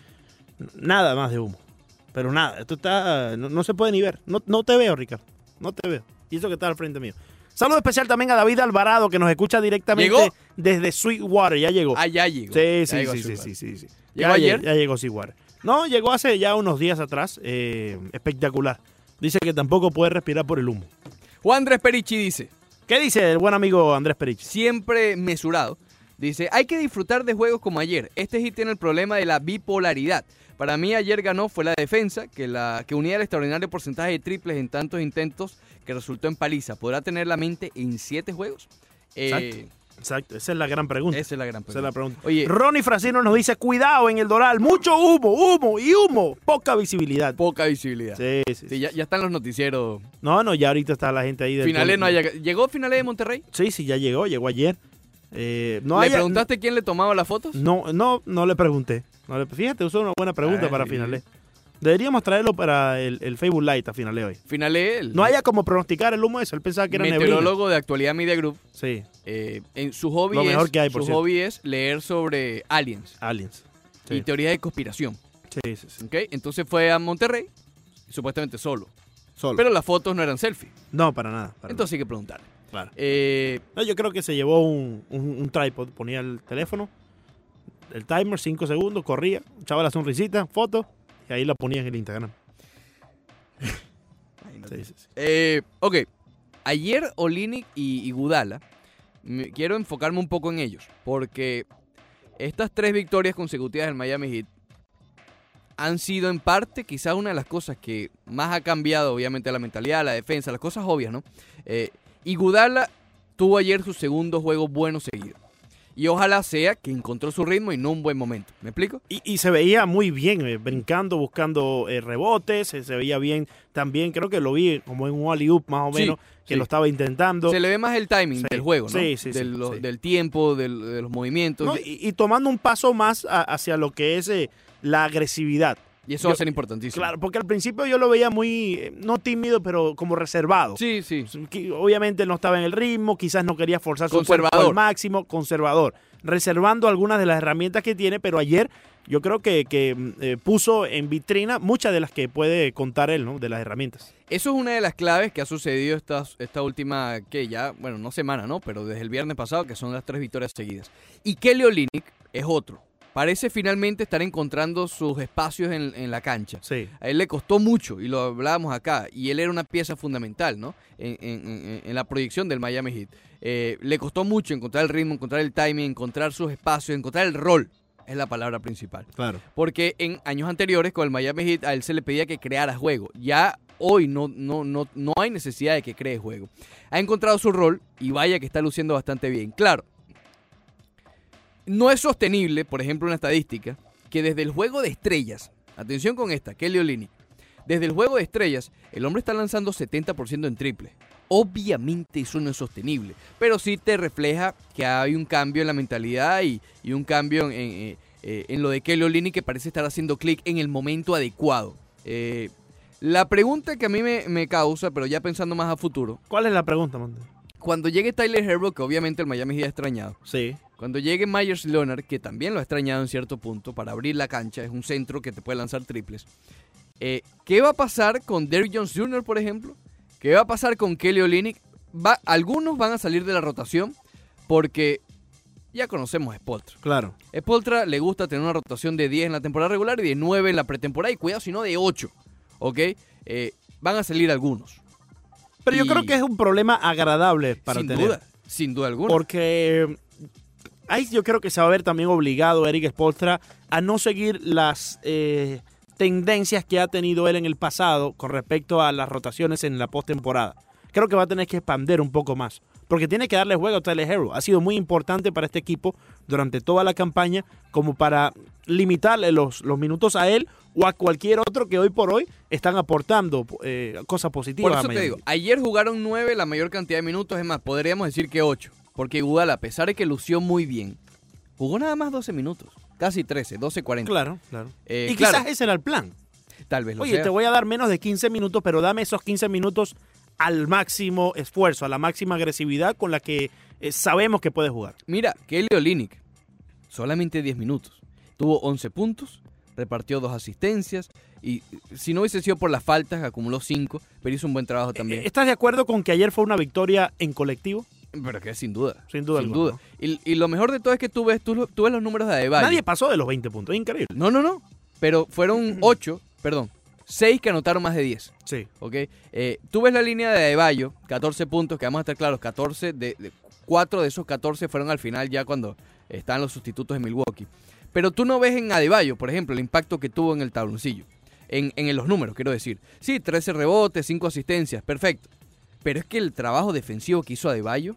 [SPEAKER 2] nada más de humo. Pero nada, esto está. No, no se puede ni ver. No, no te veo, Ricardo. No te veo. Y eso que está al frente mío. Saludo especial también a David Alvarado, que nos escucha directamente
[SPEAKER 1] ¿Llegó?
[SPEAKER 2] desde Sweetwater. Ya llegó.
[SPEAKER 1] Ah, ya llegó.
[SPEAKER 2] sí,
[SPEAKER 1] Ya
[SPEAKER 2] sí,
[SPEAKER 1] llegó
[SPEAKER 2] sí,
[SPEAKER 1] a
[SPEAKER 2] sí,
[SPEAKER 1] Sugar.
[SPEAKER 2] sí, sí, sí.
[SPEAKER 1] ¿Llegó
[SPEAKER 2] ya,
[SPEAKER 1] ayer?
[SPEAKER 2] lle- Ya llegó Sweetwater. No, llegó hace ya unos días atrás. eh, espectacular. Dice que tampoco puede respirar por el humo.
[SPEAKER 1] Juan Andrés Perichi dice,
[SPEAKER 2] ¿Qué dice el buen amigo Andrés Perich?
[SPEAKER 1] siempre mesurado, dice, hay que disfrutar de juegos como ayer. Este hit tiene el problema de la bipolaridad. Para mí ayer ganó fue la defensa, que, la, que unía el extraordinario porcentaje de triples en tantos intentos que resultó en paliza. ¿Podrá tener la mente en siete juegos? Eh,
[SPEAKER 2] Exacto. Exacto, esa es la gran pregunta.
[SPEAKER 1] Esa es la gran
[SPEAKER 2] Esa es la pregunta.
[SPEAKER 1] pregunta. Oye,
[SPEAKER 2] Ronnie Fracino nos dice, cuidado en el Doral, mucho humo, humo y humo, poca visibilidad.
[SPEAKER 1] poca visibilidad.
[SPEAKER 2] Sí, sí, sí.
[SPEAKER 1] Sí, ya, ya están los noticieros.
[SPEAKER 2] No, no, ya ahorita está la gente ahí. Del
[SPEAKER 1] Finales no ha
[SPEAKER 2] público.
[SPEAKER 1] llegado. ¿Llegó finales de Monterrey?
[SPEAKER 2] Sí, sí, ya llegó, llegó ayer. Eh, no
[SPEAKER 1] ¿Le
[SPEAKER 2] haya-
[SPEAKER 1] preguntaste quién le tomaba las fotos?
[SPEAKER 2] No, no, no le pregunté. No le- fíjate, eso es una buena pregunta
[SPEAKER 1] Ah,
[SPEAKER 2] para
[SPEAKER 1] sí.
[SPEAKER 2] finales. Deberíamos traerlo para el, el Facebook Live a finales hoy.
[SPEAKER 1] Finales él.
[SPEAKER 2] No haya como pronosticar el humo eso, él pensaba que era neblina.
[SPEAKER 1] meteorólogo de Actualidad Media Group.
[SPEAKER 2] Sí,
[SPEAKER 1] eh, en su hobby,
[SPEAKER 2] Lo mejor
[SPEAKER 1] es,
[SPEAKER 2] que hay, por
[SPEAKER 1] su
[SPEAKER 2] cierto.
[SPEAKER 1] hobby es leer sobre aliens
[SPEAKER 2] aliens. Sí.
[SPEAKER 1] y teoría de conspiración.
[SPEAKER 2] Sí, sí, sí.
[SPEAKER 1] ¿ok? Entonces fue a Monterrey, supuestamente solo.
[SPEAKER 2] Solo.
[SPEAKER 1] Pero las fotos no eran selfie.
[SPEAKER 2] no, para nada. para
[SPEAKER 1] Entonces hay que preguntar.
[SPEAKER 2] nada, claro.
[SPEAKER 1] Eh,
[SPEAKER 2] No, yo creo que se llevó un, un- un tripod, ponía el teléfono, el timer, 5 segundos, corría, echaba la sonrisita, foto, y ahí la ponía en el Instagram. Sí, sí, sí.
[SPEAKER 1] eh, ok, ayer Olinic y, y Gudala, me- quiero enfocarme un poco en ellos, porque estas tres victorias consecutivas del Miami Heat han sido en parte quizás una de las cosas que más ha cambiado, obviamente, la mentalidad, la defensa, las cosas obvias, ¿no? Eh, y Gudala tuvo ayer su segundo juego bueno seguido. Y ojalá sea que encontró su ritmo y no un buen momento. ¿Me explico?
[SPEAKER 2] Y, y se veía muy bien, eh, brincando, buscando eh, rebotes, eh, se veía bien también, creo que lo vi como en un alley-oop más o
[SPEAKER 1] Sí,
[SPEAKER 2] menos, que
[SPEAKER 1] sí.
[SPEAKER 2] lo estaba intentando.
[SPEAKER 1] Se le ve más el timing
[SPEAKER 2] Sí,
[SPEAKER 1] del juego, ¿no?
[SPEAKER 2] sí, sí, sí,
[SPEAKER 1] Del, lo-
[SPEAKER 2] sí.
[SPEAKER 1] del tiempo, del- de los movimientos.
[SPEAKER 2] ¿no? Y, y tomando un paso más a- hacia lo que es eh, la agresividad.
[SPEAKER 1] y eso va a
[SPEAKER 2] yo-
[SPEAKER 1] ser importantísimo.
[SPEAKER 2] Claro, porque al principio yo lo veía muy, eh, no tímido, pero como reservado.
[SPEAKER 1] Sí, sí.
[SPEAKER 2] Que Obviamente no estaba en el ritmo, quizás no quería forzar su
[SPEAKER 1] Conservador.
[SPEAKER 2] cuerpo al máximo, conservador, reservando algunas de las herramientas que tiene, pero ayer yo creo que, que, mm, eh, puso en vitrina muchas de las que puede contar él, ¿no? De las herramientas.
[SPEAKER 1] Eso es una de las claves que ha sucedido esta, esta última, que ya, bueno, no semana, ¿no? Pero desde el viernes pasado, que son las tres victorias seguidas. Y Kelly Olinick es otro. Parece finalmente estar encontrando sus espacios en, en la cancha.
[SPEAKER 2] Sí.
[SPEAKER 1] A él le costó mucho, y lo hablábamos acá, y él era una pieza fundamental, ¿no? En, en- en- en la proyección del Miami Heat. Eh, le costó mucho encontrar el ritmo, encontrar el timing, encontrar sus espacios, encontrar el rol. Es la palabra principal.
[SPEAKER 2] Claro.
[SPEAKER 1] Porque en años anteriores con el Miami Heat a él se le pedía que creara juego. Ya hoy no, no, no, no hay necesidad de que cree juego. Ha encontrado su rol y vaya que está luciendo bastante bien. Claro, no es sostenible, por ejemplo, una estadística que desde el juego de estrellas, atención con esta, Kelly Olini, desde el juego de estrellas el hombre está lanzando 70% en triple. Obviamente eso no es sostenible, pero sí te refleja que hay un cambio en la mentalidad y, y un cambio en, en- eh, en lo de Kelly Olini que parece estar haciendo clic en el momento adecuado. Eh, la pregunta que a mí me, me causa, pero ya pensando más a futuro,
[SPEAKER 2] ¿Cuál es la pregunta, Mando?
[SPEAKER 1] cuando llegue Tyler Herro, que obviamente el Miami Heat ha extrañado,
[SPEAKER 2] Sí.
[SPEAKER 1] cuando llegue Myers Leonard, que también lo ha extrañado en cierto punto, para abrir la cancha, es un centro que te puede lanzar triples. Eh, ¿Qué va a pasar con Derrick Jones Jr., por ejemplo? ¿Qué va a pasar con Kelly Olynyk? Va- algunos van a salir de la rotación porque ya conocemos a Spoltra.
[SPEAKER 2] Claro.
[SPEAKER 1] Spoltra le gusta tener una rotación de 10 en la temporada regular y de 9 en la pretemporada, y cuidado si no de 8, ¿ok? Eh, van a salir algunos.
[SPEAKER 2] Pero yo
[SPEAKER 1] Y-
[SPEAKER 2] creo que es un problema agradable para
[SPEAKER 1] sin
[SPEAKER 2] tener.
[SPEAKER 1] duda, sin duda alguna.
[SPEAKER 2] Porque ahí yo creo que se va a ver también obligado Eric Spolstra a no seguir las eh, tendencias que ha tenido él en el pasado con respecto a las rotaciones en la postemporada. Creo que va a tener que expander un poco más. Porque tiene que darle juego a Tyler Hero. Ha sido muy importante para este equipo durante toda la campaña como para limitarle los, los minutos a él o a cualquier otro que hoy por hoy están aportando eh, cosas positivas.
[SPEAKER 1] Por
[SPEAKER 2] a
[SPEAKER 1] eso te
[SPEAKER 2] Miami.
[SPEAKER 1] digo, ayer jugaron 9 la mayor cantidad de minutos, es más, podríamos decir que 8. Porque Gudala, a pesar de que lució muy bien, jugó nada más 12 minutos. Casi 13, 12, 40.
[SPEAKER 2] Claro, claro.
[SPEAKER 1] Eh,
[SPEAKER 2] y
[SPEAKER 1] claro,
[SPEAKER 2] quizás ese era el plan.
[SPEAKER 1] tal vez lo
[SPEAKER 2] Oye,
[SPEAKER 1] sea.
[SPEAKER 2] te voy a dar menos de 15 minutos, pero dame esos 15 minutos al máximo esfuerzo, a la máxima agresividad con la que eh, sabemos que puedes jugar.
[SPEAKER 1] Mira, Kelly Olinick, solamente 10 minutos. Tuvo 11 puntos, repartió dos asistencias y si no hubiese sido por las faltas, acumuló 5, pero hizo un buen trabajo también.
[SPEAKER 2] Eh, ¿Estás de acuerdo con que ayer fue una victoria en colectivo?
[SPEAKER 1] pero que sin duda.
[SPEAKER 2] Sin duda
[SPEAKER 1] Sin
[SPEAKER 2] alguna,
[SPEAKER 1] duda. Y, y lo mejor de todo es que tú ves, tú, lo- tú ves los números de Adebayo.
[SPEAKER 2] Nadie pasó de los 20 puntos, increíble.
[SPEAKER 1] No, no, no. Pero fueron 8, perdón, 6 que anotaron más de 10.
[SPEAKER 2] Sí.
[SPEAKER 1] ¿ok? Eh, tú ves la línea de Adebayo, 14 puntos, que vamos a estar claros, 14 de, 4 de esos 14 fueron al final ya cuando están los sustitutos de Milwaukee. Pero tú no ves en Adebayo, por ejemplo, el impacto que tuvo en el tabloncillo, en, en los números, quiero decir. Sí, 13 rebotes, 5 asistencias, perfecto. Pero es que el trabajo defensivo que hizo Adebayo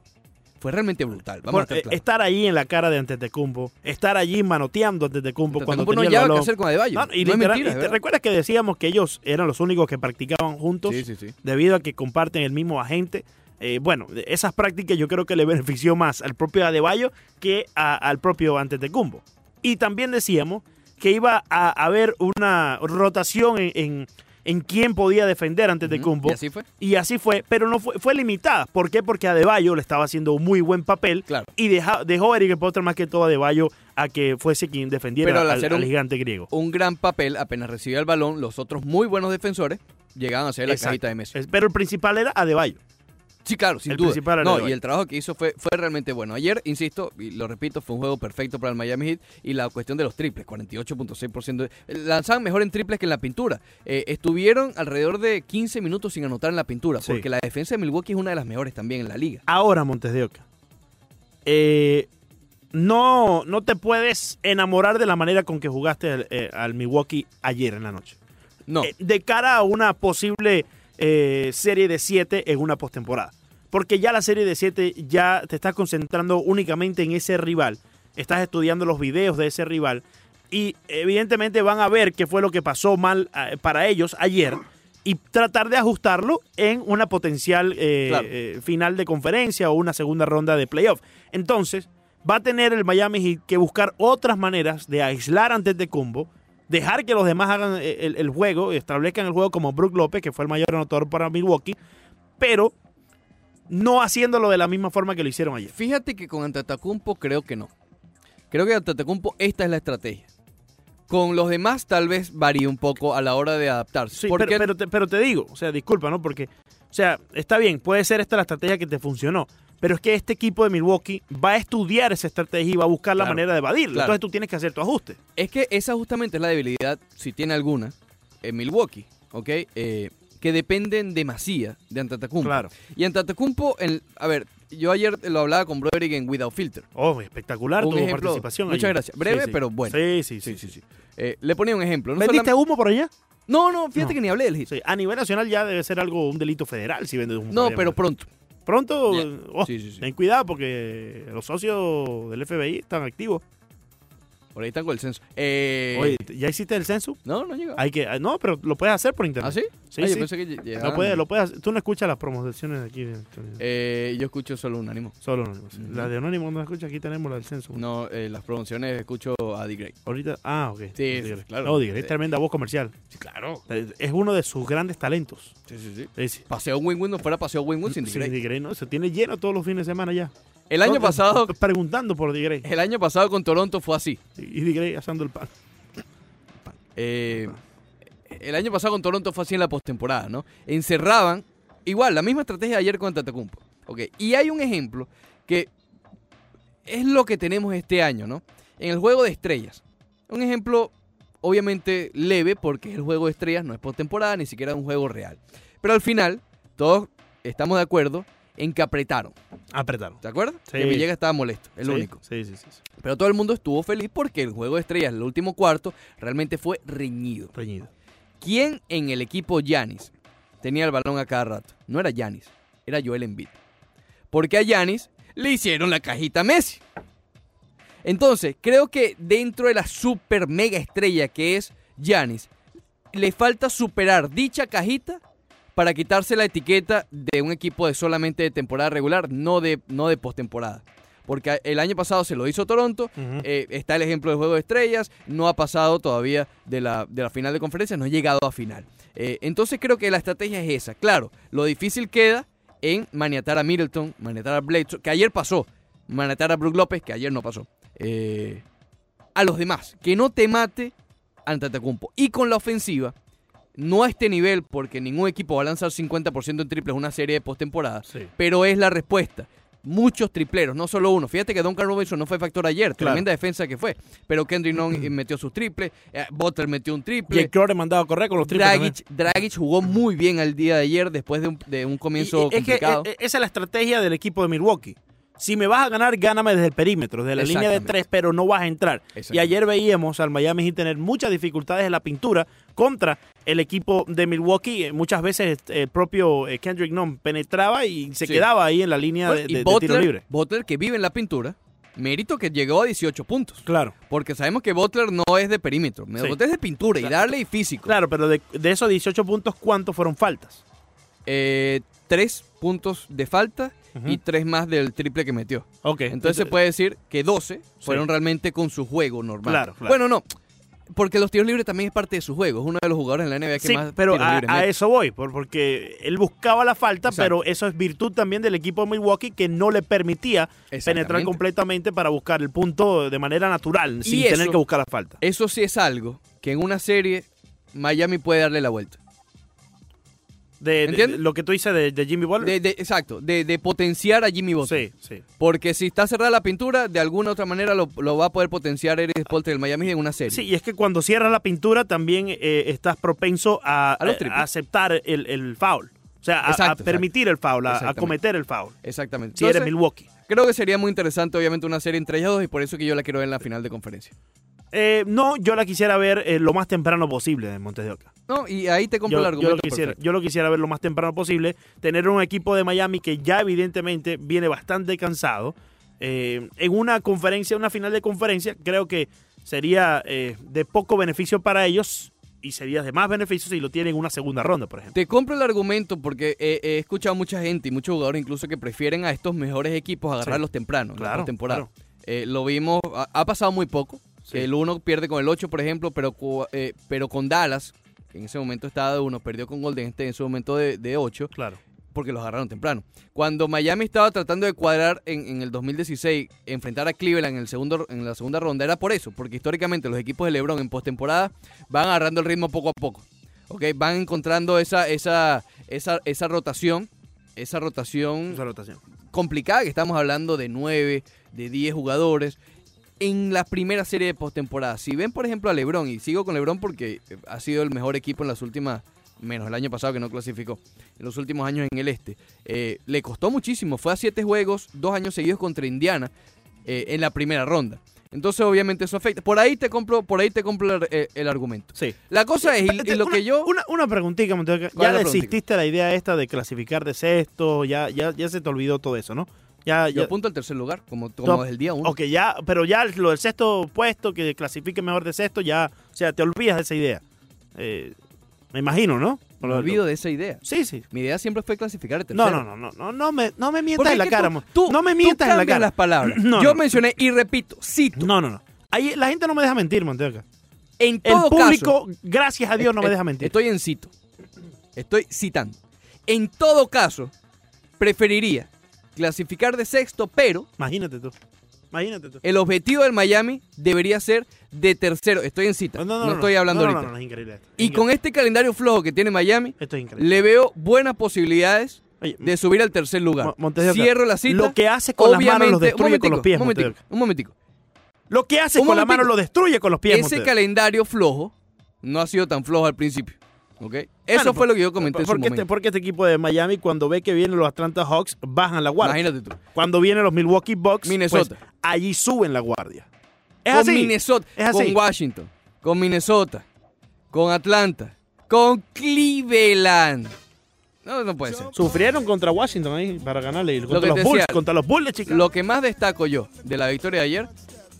[SPEAKER 1] fue realmente brutal.
[SPEAKER 2] Bueno,
[SPEAKER 1] Vamos a estar
[SPEAKER 2] eh,
[SPEAKER 1] claros.
[SPEAKER 2] estar ahí en la cara de Antetokounmpo, estar allí manoteando a Antetokounpo cuando
[SPEAKER 1] Tampoco no
[SPEAKER 2] tenía el
[SPEAKER 1] lleva que
[SPEAKER 2] balón.
[SPEAKER 1] hacer con Adebayo.
[SPEAKER 2] No, y
[SPEAKER 1] No
[SPEAKER 2] literal-
[SPEAKER 1] es mentira,
[SPEAKER 2] y
[SPEAKER 1] es
[SPEAKER 2] te
[SPEAKER 1] verdad.
[SPEAKER 2] recuerdas que decíamos que ellos eran los únicos que practicaban juntos
[SPEAKER 1] Sí, sí, sí.
[SPEAKER 2] debido a que comparten el mismo agente. Eh, bueno, de- esas prácticas yo creo que le benefició más al propio Adebayo que a- al propio Antetokounmpo. Y también decíamos que iba a haber una rotación en, en, en quién podía defender a Antetokounmpo.
[SPEAKER 1] Y así fue.
[SPEAKER 2] Y así fue, pero no fue, fue limitada. ¿Por qué? Porque Adebayo le estaba haciendo un muy buen papel
[SPEAKER 1] Claro.
[SPEAKER 2] y deja- dejó a Eric Potter más que todo a Adebayo a que fuese quien defendiera
[SPEAKER 1] Pero al
[SPEAKER 2] al,
[SPEAKER 1] hacer
[SPEAKER 2] al
[SPEAKER 1] un-
[SPEAKER 2] gigante griego.
[SPEAKER 1] Un gran papel, apenas recibía el balón, los otros muy buenos defensores llegaban a hacer la
[SPEAKER 2] Exacto.
[SPEAKER 1] cajita de Messi.
[SPEAKER 2] Es- Pero el principal era Adebayo.
[SPEAKER 1] Sí, claro, sin
[SPEAKER 2] el
[SPEAKER 1] duda.
[SPEAKER 2] principal era
[SPEAKER 1] No,
[SPEAKER 2] Adebayo.
[SPEAKER 1] y el trabajo que hizo fue, fue realmente bueno. Ayer, insisto, y lo repito, fue un juego perfecto para el Miami Heat y la cuestión de los triples, 48.6%. de- Lanzaban mejor en triples que en la pintura. Eh, estuvieron alrededor de 15 minutos sin anotar en la pintura,
[SPEAKER 2] Sí.
[SPEAKER 1] porque la defensa de Milwaukee es una de las mejores también en la liga.
[SPEAKER 2] Ahora, Montes de Oca, eh, no, no te puedes enamorar de la manera con que jugaste al, eh, al Milwaukee ayer en la noche.
[SPEAKER 1] No,
[SPEAKER 2] Eh, de cara a una posible eh, serie de 7 en una postemporada. Porque ya la serie de 7 ya te estás concentrando únicamente en ese rival. Estás estudiando los videos de ese rival. Y evidentemente van a ver qué fue lo que pasó mal eh, para ellos ayer. Y tratar de ajustarlo en una potencial eh,
[SPEAKER 1] Claro.
[SPEAKER 2] eh, final de conferencia o una segunda ronda de playoff. Entonces, va a tener el Miami Heat que buscar otras maneras de aislar antes de combo dejar que los demás hagan eh, el, el juego, establezcan el juego como Brook López, que fue el mayor anotador para Milwaukee, pero no haciéndolo de la misma forma que lo hicieron ayer.
[SPEAKER 1] Fíjate que con Antetokounmpo creo que no. Creo que Antetokounmpo esta es la estrategia. Con los demás tal vez varía un poco a la hora de adaptarse.
[SPEAKER 2] Sí,
[SPEAKER 1] porque
[SPEAKER 2] pero, pero te, pero te digo, o sea, disculpa, ¿no? Porque, o sea, está bien, puede ser esta la estrategia que te funcionó, pero es que este equipo de Milwaukee va a estudiar esa estrategia y va a buscar la
[SPEAKER 1] Claro,
[SPEAKER 2] manera de evadirla.
[SPEAKER 1] claro.
[SPEAKER 2] Entonces tú tienes que hacer tu ajuste.
[SPEAKER 1] es que esa justamente es la debilidad, si tiene alguna, en Milwaukee, ¿ok? Eh, que dependen demasía de Antetokounmpo. Y Antetokounmpo, en- a ver, yo ayer lo hablaba con Broderick en Without Filter.
[SPEAKER 2] Oh, espectacular
[SPEAKER 1] Un
[SPEAKER 2] tu
[SPEAKER 1] ejemplo.
[SPEAKER 2] participación.
[SPEAKER 1] Muchas
[SPEAKER 2] ayer.
[SPEAKER 1] gracias. Breve, pero bueno.
[SPEAKER 2] Sí, sí, sí.
[SPEAKER 1] Sí, sí, sí. Eh, le ponía un ejemplo. No,
[SPEAKER 2] ¿Vendiste
[SPEAKER 1] solam-
[SPEAKER 2] humo por allá?
[SPEAKER 1] no, no, fíjate
[SPEAKER 2] No.
[SPEAKER 1] que ni hablé del hit.
[SPEAKER 2] Sí, a nivel nacional ya debe ser algo, un delito federal si vendes humo. por
[SPEAKER 1] No,
[SPEAKER 2] allá,
[SPEAKER 1] pero
[SPEAKER 2] Manuel.
[SPEAKER 1] pronto.
[SPEAKER 2] Pronto,
[SPEAKER 1] Ya.
[SPEAKER 2] oh,
[SPEAKER 1] Sí, sí, sí.
[SPEAKER 2] ten cuidado porque los socios del FBI están activos.
[SPEAKER 1] Por ahí están con el censo. Eh,
[SPEAKER 2] Oye, ¿ya hiciste el censo?
[SPEAKER 1] no, no llegó.
[SPEAKER 2] Hay que, ah, no, pero lo puedes hacer por internet.
[SPEAKER 1] ¿Ah, sí?
[SPEAKER 2] Sí,
[SPEAKER 1] Ah, yo
[SPEAKER 2] sí.
[SPEAKER 1] pensé que lle- llegaban.
[SPEAKER 2] No puedes, lo puedes hacer. Tú no escuchas las promociones de aquí. de- de-
[SPEAKER 1] Eh, yo escucho solo un ánimo.
[SPEAKER 2] Solo no. sí.
[SPEAKER 1] Ujú.
[SPEAKER 2] Las de Anónimo no escuchas, aquí tenemos la del censo.
[SPEAKER 1] No, eh, las promociones escucho a D. Gray.
[SPEAKER 2] Ahorita, ah, ok.
[SPEAKER 1] Sí,
[SPEAKER 2] No, Digre.
[SPEAKER 1] claro.
[SPEAKER 2] No, Digre, es
[SPEAKER 1] Sí.
[SPEAKER 2] tremenda voz comercial.
[SPEAKER 1] claro.
[SPEAKER 2] Es uno de sus grandes talentos.
[SPEAKER 1] Sí, sí, sí.
[SPEAKER 2] Es,
[SPEAKER 1] Paseo Win-Win no fuera Paseo Win-Win sin D.
[SPEAKER 2] sí,
[SPEAKER 1] Gray.
[SPEAKER 2] Digre, no, se tiene lleno todos los fines de semana ya.
[SPEAKER 1] El año
[SPEAKER 2] No,
[SPEAKER 1] pasado,
[SPEAKER 2] p- Preguntando por Digre.
[SPEAKER 1] el año pasado con Toronto fue así.
[SPEAKER 2] Y Digre asando el pan.
[SPEAKER 1] Eh, el año pasado con Toronto fue así en la postemporada, ¿no? Encerraban, igual, la misma estrategia de ayer con Antetokounmpo. Ok, y hay un ejemplo que es lo que tenemos este año, ¿no? En el juego de estrellas. Un ejemplo, obviamente, leve, porque es el juego de estrellas, no es postemporada, ni siquiera es un juego real. Pero al final, todos estamos de acuerdo en que apretaron,
[SPEAKER 2] Apretaron.
[SPEAKER 1] ¿te acuerdas?
[SPEAKER 2] Sí.
[SPEAKER 1] Que Villegas estaba molesto, el
[SPEAKER 2] Sí,
[SPEAKER 1] único.
[SPEAKER 2] Sí, sí, sí. sí.
[SPEAKER 1] Pero todo el mundo estuvo feliz porque el juego de estrellas, el último cuarto, realmente fue reñido.
[SPEAKER 2] Reñido.
[SPEAKER 1] ¿Quién en el equipo Yanis tenía el balón a cada rato? No era Yanis, era Joel Embiid. Porque a Yanis le hicieron la cajita a Messi. Entonces, creo que dentro de la super mega estrella que es Yanis, le falta superar dicha cajita para quitarse la etiqueta de un equipo de solamente de temporada regular, no de, no de postemporada. Porque el año pasado se lo hizo Toronto,
[SPEAKER 2] Ujú.
[SPEAKER 1] eh, está el ejemplo del juego de estrellas, no ha pasado todavía de la, de la final de conferencia, no ha llegado a final. Eh, entonces creo que la estrategia es esa. Claro, lo difícil queda en maniatar a Middleton, maniatar a Bledsoe, que ayer pasó, maniatar a Brook López, que ayer no pasó. Eh, a los demás, que no te mate ante Antetokounmpo. Y con la ofensiva, no a este nivel, porque ningún equipo va a lanzar 50% en triples una serie de postemporada,
[SPEAKER 2] Sí.
[SPEAKER 1] pero es la respuesta. Muchos tripleros, no solo uno. Fíjate que Duncan Robinson no fue factor
[SPEAKER 2] Claro.
[SPEAKER 1] ayer,
[SPEAKER 2] Mm.
[SPEAKER 1] tremenda defensa que fue. Pero Kendrick Nunn eh, metió sus triples, eh, Butler metió un triple.
[SPEAKER 2] Jake Crowder mandaba a correr con los triples. también.
[SPEAKER 1] Dragic, Dragic jugó muy bien al día de ayer después de un, de un
[SPEAKER 2] Y- y-
[SPEAKER 1] comienzo
[SPEAKER 2] es que
[SPEAKER 1] complicado.
[SPEAKER 2] eh, eh, esa es la estrategia del equipo de Milwaukee. Si me vas a ganar, gáname desde el perímetro, desde la línea de
[SPEAKER 1] Exactamente.
[SPEAKER 2] tres, pero no vas a entrar. eh, Y
[SPEAKER 1] Exactamente.
[SPEAKER 2] ayer veíamos al Miami Heat tener muchas dificultades en la pintura contra el equipo de Milwaukee. Eh, Muchas veces eh, el propio eh, Kendrick Nunn penetraba y se
[SPEAKER 1] Sí.
[SPEAKER 2] quedaba ahí en la línea
[SPEAKER 1] Bueno,
[SPEAKER 2] de,
[SPEAKER 1] y
[SPEAKER 2] de- de
[SPEAKER 1] Butler,
[SPEAKER 2] tiro libre.
[SPEAKER 1] Butler, que vive en la pintura, mérito que llegó a 18 puntos.
[SPEAKER 2] Claro.
[SPEAKER 1] Porque sabemos que Butler no es de perímetro,
[SPEAKER 2] Sí.
[SPEAKER 1] Butler es de pintura y darle y físico.
[SPEAKER 2] Claro, pero de, de esos 18 puntos, ¿cuántos fueron faltas?
[SPEAKER 1] Eh, tres puntos de falta
[SPEAKER 2] Ujú.
[SPEAKER 1] y tres más del triple que metió.
[SPEAKER 2] Ok.
[SPEAKER 1] Entonces se puede decir que 12 fueron realmente con su juego normal.
[SPEAKER 2] Claro, claro.
[SPEAKER 1] Bueno, no. Porque los tiros libres también es parte de su juego. Es uno de los jugadores en la NBA que
[SPEAKER 2] Sí,
[SPEAKER 1] más
[SPEAKER 2] pero
[SPEAKER 1] tiros
[SPEAKER 2] a,
[SPEAKER 1] libres
[SPEAKER 2] a
[SPEAKER 1] mete.
[SPEAKER 2] eso voy, por- porque él buscaba la falta,
[SPEAKER 1] Exacto.
[SPEAKER 2] pero eso es virtud también del equipo de Milwaukee que no le permitía este penetrar
[SPEAKER 1] Exactamente.
[SPEAKER 2] completamente para buscar el punto de manera natural, sin
[SPEAKER 1] eso-
[SPEAKER 2] tener que buscar la falta.
[SPEAKER 1] Eso sí es algo que en una serie Miami puede darle la vuelta.
[SPEAKER 2] De, de-
[SPEAKER 1] ¿Entiendes?
[SPEAKER 2] lo que tú dices de, de Jimmy Butler.
[SPEAKER 1] De- de- exacto, de, de potenciar a Jimmy Butler.
[SPEAKER 2] sí, sí.
[SPEAKER 1] Porque si está cerrada la pintura, de alguna u otra manera lo, lo va a poder potenciar Eric Spolter del Miami Heat en una serie.
[SPEAKER 2] Sí, y es que cuando cierras la pintura también eh, estás propenso a,
[SPEAKER 1] A los triples.
[SPEAKER 2] a aceptar el, el foul. O sea, a, a
[SPEAKER 1] Exacto,
[SPEAKER 2] permitir el foul, a- a,
[SPEAKER 1] Exactamente.
[SPEAKER 2] cometer el foul.
[SPEAKER 1] Exactamente.
[SPEAKER 2] Si eres
[SPEAKER 1] Entonces,
[SPEAKER 2] Milwaukee.
[SPEAKER 1] Creo que sería muy interesante, obviamente, una serie entre ellas dos y por eso que yo la quiero ver en la final de conferencia.
[SPEAKER 2] Eh, no, yo la quisiera ver eh, lo más temprano posible en Montes de Oca.
[SPEAKER 1] No, y ahí te compro
[SPEAKER 2] yo,
[SPEAKER 1] el
[SPEAKER 2] yo
[SPEAKER 1] argumento.
[SPEAKER 2] lo quisiera,
[SPEAKER 1] perfecto.
[SPEAKER 2] yo lo quisiera ver lo más temprano posible. Tener un equipo de Miami que ya evidentemente viene bastante cansado. eh, en una conferencia, una final de conferencia, creo que sería eh, de poco beneficio para ellos y sería de más beneficio si lo tienen en una segunda ronda, por ejemplo.
[SPEAKER 1] Te compro el argumento porque he, he escuchado a mucha gente y muchos jugadores incluso que prefieren a estos mejores equipos agarrarlos temprano, en
[SPEAKER 2] Claro,
[SPEAKER 1] la temporada. Eh,
[SPEAKER 2] claro.
[SPEAKER 1] lo vimos, ha, ha pasado muy poco.
[SPEAKER 2] Sí.
[SPEAKER 1] que El uno pierde con el 8, por ejemplo, pero, cu- eh, pero con Dallas, que en ese momento estaba de uno, perdió con Golden State en su momento de, de 8,
[SPEAKER 2] Claro.
[SPEAKER 1] porque los agarraron temprano. Cuando Miami estaba tratando de cuadrar en, en el 2016, enfrentar a Cleveland en, el segundo, en la segunda ronda, era por eso, porque históricamente los equipos de LeBron en postemporada van agarrando el ritmo poco a poco. ¿ok? Van encontrando esa, esa, esa, esa rotación, esa rotación
[SPEAKER 2] Esa rotación.
[SPEAKER 1] complicada, que estamos hablando de 9, de 10 jugadores. En la primera serie de postemporada, si ven por ejemplo a Lebron, y sigo con Lebron porque eh, ha sido el mejor equipo en las últimas, menos el año pasado que no clasificó, en los últimos años en el este, eh, le costó muchísimo, fue a siete juegos, dos años seguidos contra Indiana eh, en la primera ronda. Entonces obviamente eso afecta. Por ahí te compro, por ahí te compro el, eh, el argumento.
[SPEAKER 2] Sí.
[SPEAKER 1] La cosa es, y, y lo
[SPEAKER 2] Una-
[SPEAKER 1] que yo...
[SPEAKER 2] Una, una preguntita, Montes de Oca.
[SPEAKER 1] ¿Cuál
[SPEAKER 2] Ya
[SPEAKER 1] es la preguntita?
[SPEAKER 2] desististe la idea esta de clasificar de sexto, ya, ya, ya se te olvidó todo eso, ¿no? Ya,
[SPEAKER 1] Yo
[SPEAKER 2] ya,
[SPEAKER 1] apunto al tercer lugar, como, como
[SPEAKER 2] Top.
[SPEAKER 1] desde el día uno.
[SPEAKER 2] Ok, ya, pero ya lo del sexto puesto, que clasifique mejor de sexto, ya, o sea, te olvidas de esa idea. Eh, me imagino, ¿no?
[SPEAKER 1] Me olvido de esa idea.
[SPEAKER 2] Sí, sí.
[SPEAKER 1] Mi idea siempre fue clasificar el tercero.
[SPEAKER 2] No, no, no, no, no, no me, no me
[SPEAKER 1] Porque
[SPEAKER 2] mientas
[SPEAKER 1] es
[SPEAKER 2] en la
[SPEAKER 1] que
[SPEAKER 2] cara,
[SPEAKER 1] tú-
[SPEAKER 2] mo-
[SPEAKER 1] tú-
[SPEAKER 2] No me
[SPEAKER 1] tú
[SPEAKER 2] mientas en la
[SPEAKER 1] cambias
[SPEAKER 2] cara.
[SPEAKER 1] las palabras.
[SPEAKER 2] No,
[SPEAKER 1] Yo
[SPEAKER 2] no.
[SPEAKER 1] mencioné y repito, cito.
[SPEAKER 2] No, no, no. Ahí, la gente no me deja mentir, Monteoca.
[SPEAKER 1] En
[SPEAKER 2] El
[SPEAKER 1] todo caso,
[SPEAKER 2] público, gracias a Dios, no me
[SPEAKER 1] Eh,
[SPEAKER 2] deja mentir.
[SPEAKER 1] Estoy en cito. Estoy citando. En todo caso, preferiría clasificar de sexto, pero
[SPEAKER 2] Imagínate tú. Imagínate tú.
[SPEAKER 1] el objetivo del Miami debería ser de tercero. Estoy en cita. No, estoy hablando
[SPEAKER 2] no, no,
[SPEAKER 1] ahorita.
[SPEAKER 2] no, no, es increíble esto.
[SPEAKER 1] Y
[SPEAKER 2] Incre-
[SPEAKER 1] con este calendario flojo que tiene Miami,
[SPEAKER 2] Esto es increíble.
[SPEAKER 1] le veo buenas posibilidades
[SPEAKER 2] Oye,
[SPEAKER 1] de subir al tercer lugar.
[SPEAKER 2] Mo- Montes de Oca,
[SPEAKER 1] Cierro la cita.
[SPEAKER 2] Lo que hace con las manos los destruye con los pies,
[SPEAKER 1] un
[SPEAKER 2] Montes de
[SPEAKER 1] momentico,
[SPEAKER 2] Oca.
[SPEAKER 1] un momentico.
[SPEAKER 2] Lo que hace
[SPEAKER 1] Un
[SPEAKER 2] con la
[SPEAKER 1] momentico.
[SPEAKER 2] mano lo destruye con los pies, Montes
[SPEAKER 1] ese
[SPEAKER 2] de Oca.
[SPEAKER 1] calendario flojo no ha sido tan flojo al principio. ¿ok? Eso
[SPEAKER 2] Bueno,
[SPEAKER 1] fue
[SPEAKER 2] por-
[SPEAKER 1] lo que yo comenté en su
[SPEAKER 2] porque este,
[SPEAKER 1] momento.
[SPEAKER 2] porque este equipo de Miami, cuando ve que vienen los Atlanta Hawks, bajan la guardia.
[SPEAKER 1] Imagínate tú.
[SPEAKER 2] Cuando vienen los Milwaukee Bucks,
[SPEAKER 1] Minnesota.
[SPEAKER 2] pues, allí suben la guardia. Es
[SPEAKER 1] con
[SPEAKER 2] así.
[SPEAKER 1] Minnesota,
[SPEAKER 2] Es así.
[SPEAKER 1] con Washington, con Minnesota, con Atlanta, con Cleveland. No, no puede ser.
[SPEAKER 2] Sufrieron contra Washington ahí para ganarle. y Contra
[SPEAKER 1] que
[SPEAKER 2] los
[SPEAKER 1] te
[SPEAKER 2] Bulls,
[SPEAKER 1] decía,
[SPEAKER 2] contra los Bulls, chicos.
[SPEAKER 1] Lo que más destaco yo de la victoria de ayer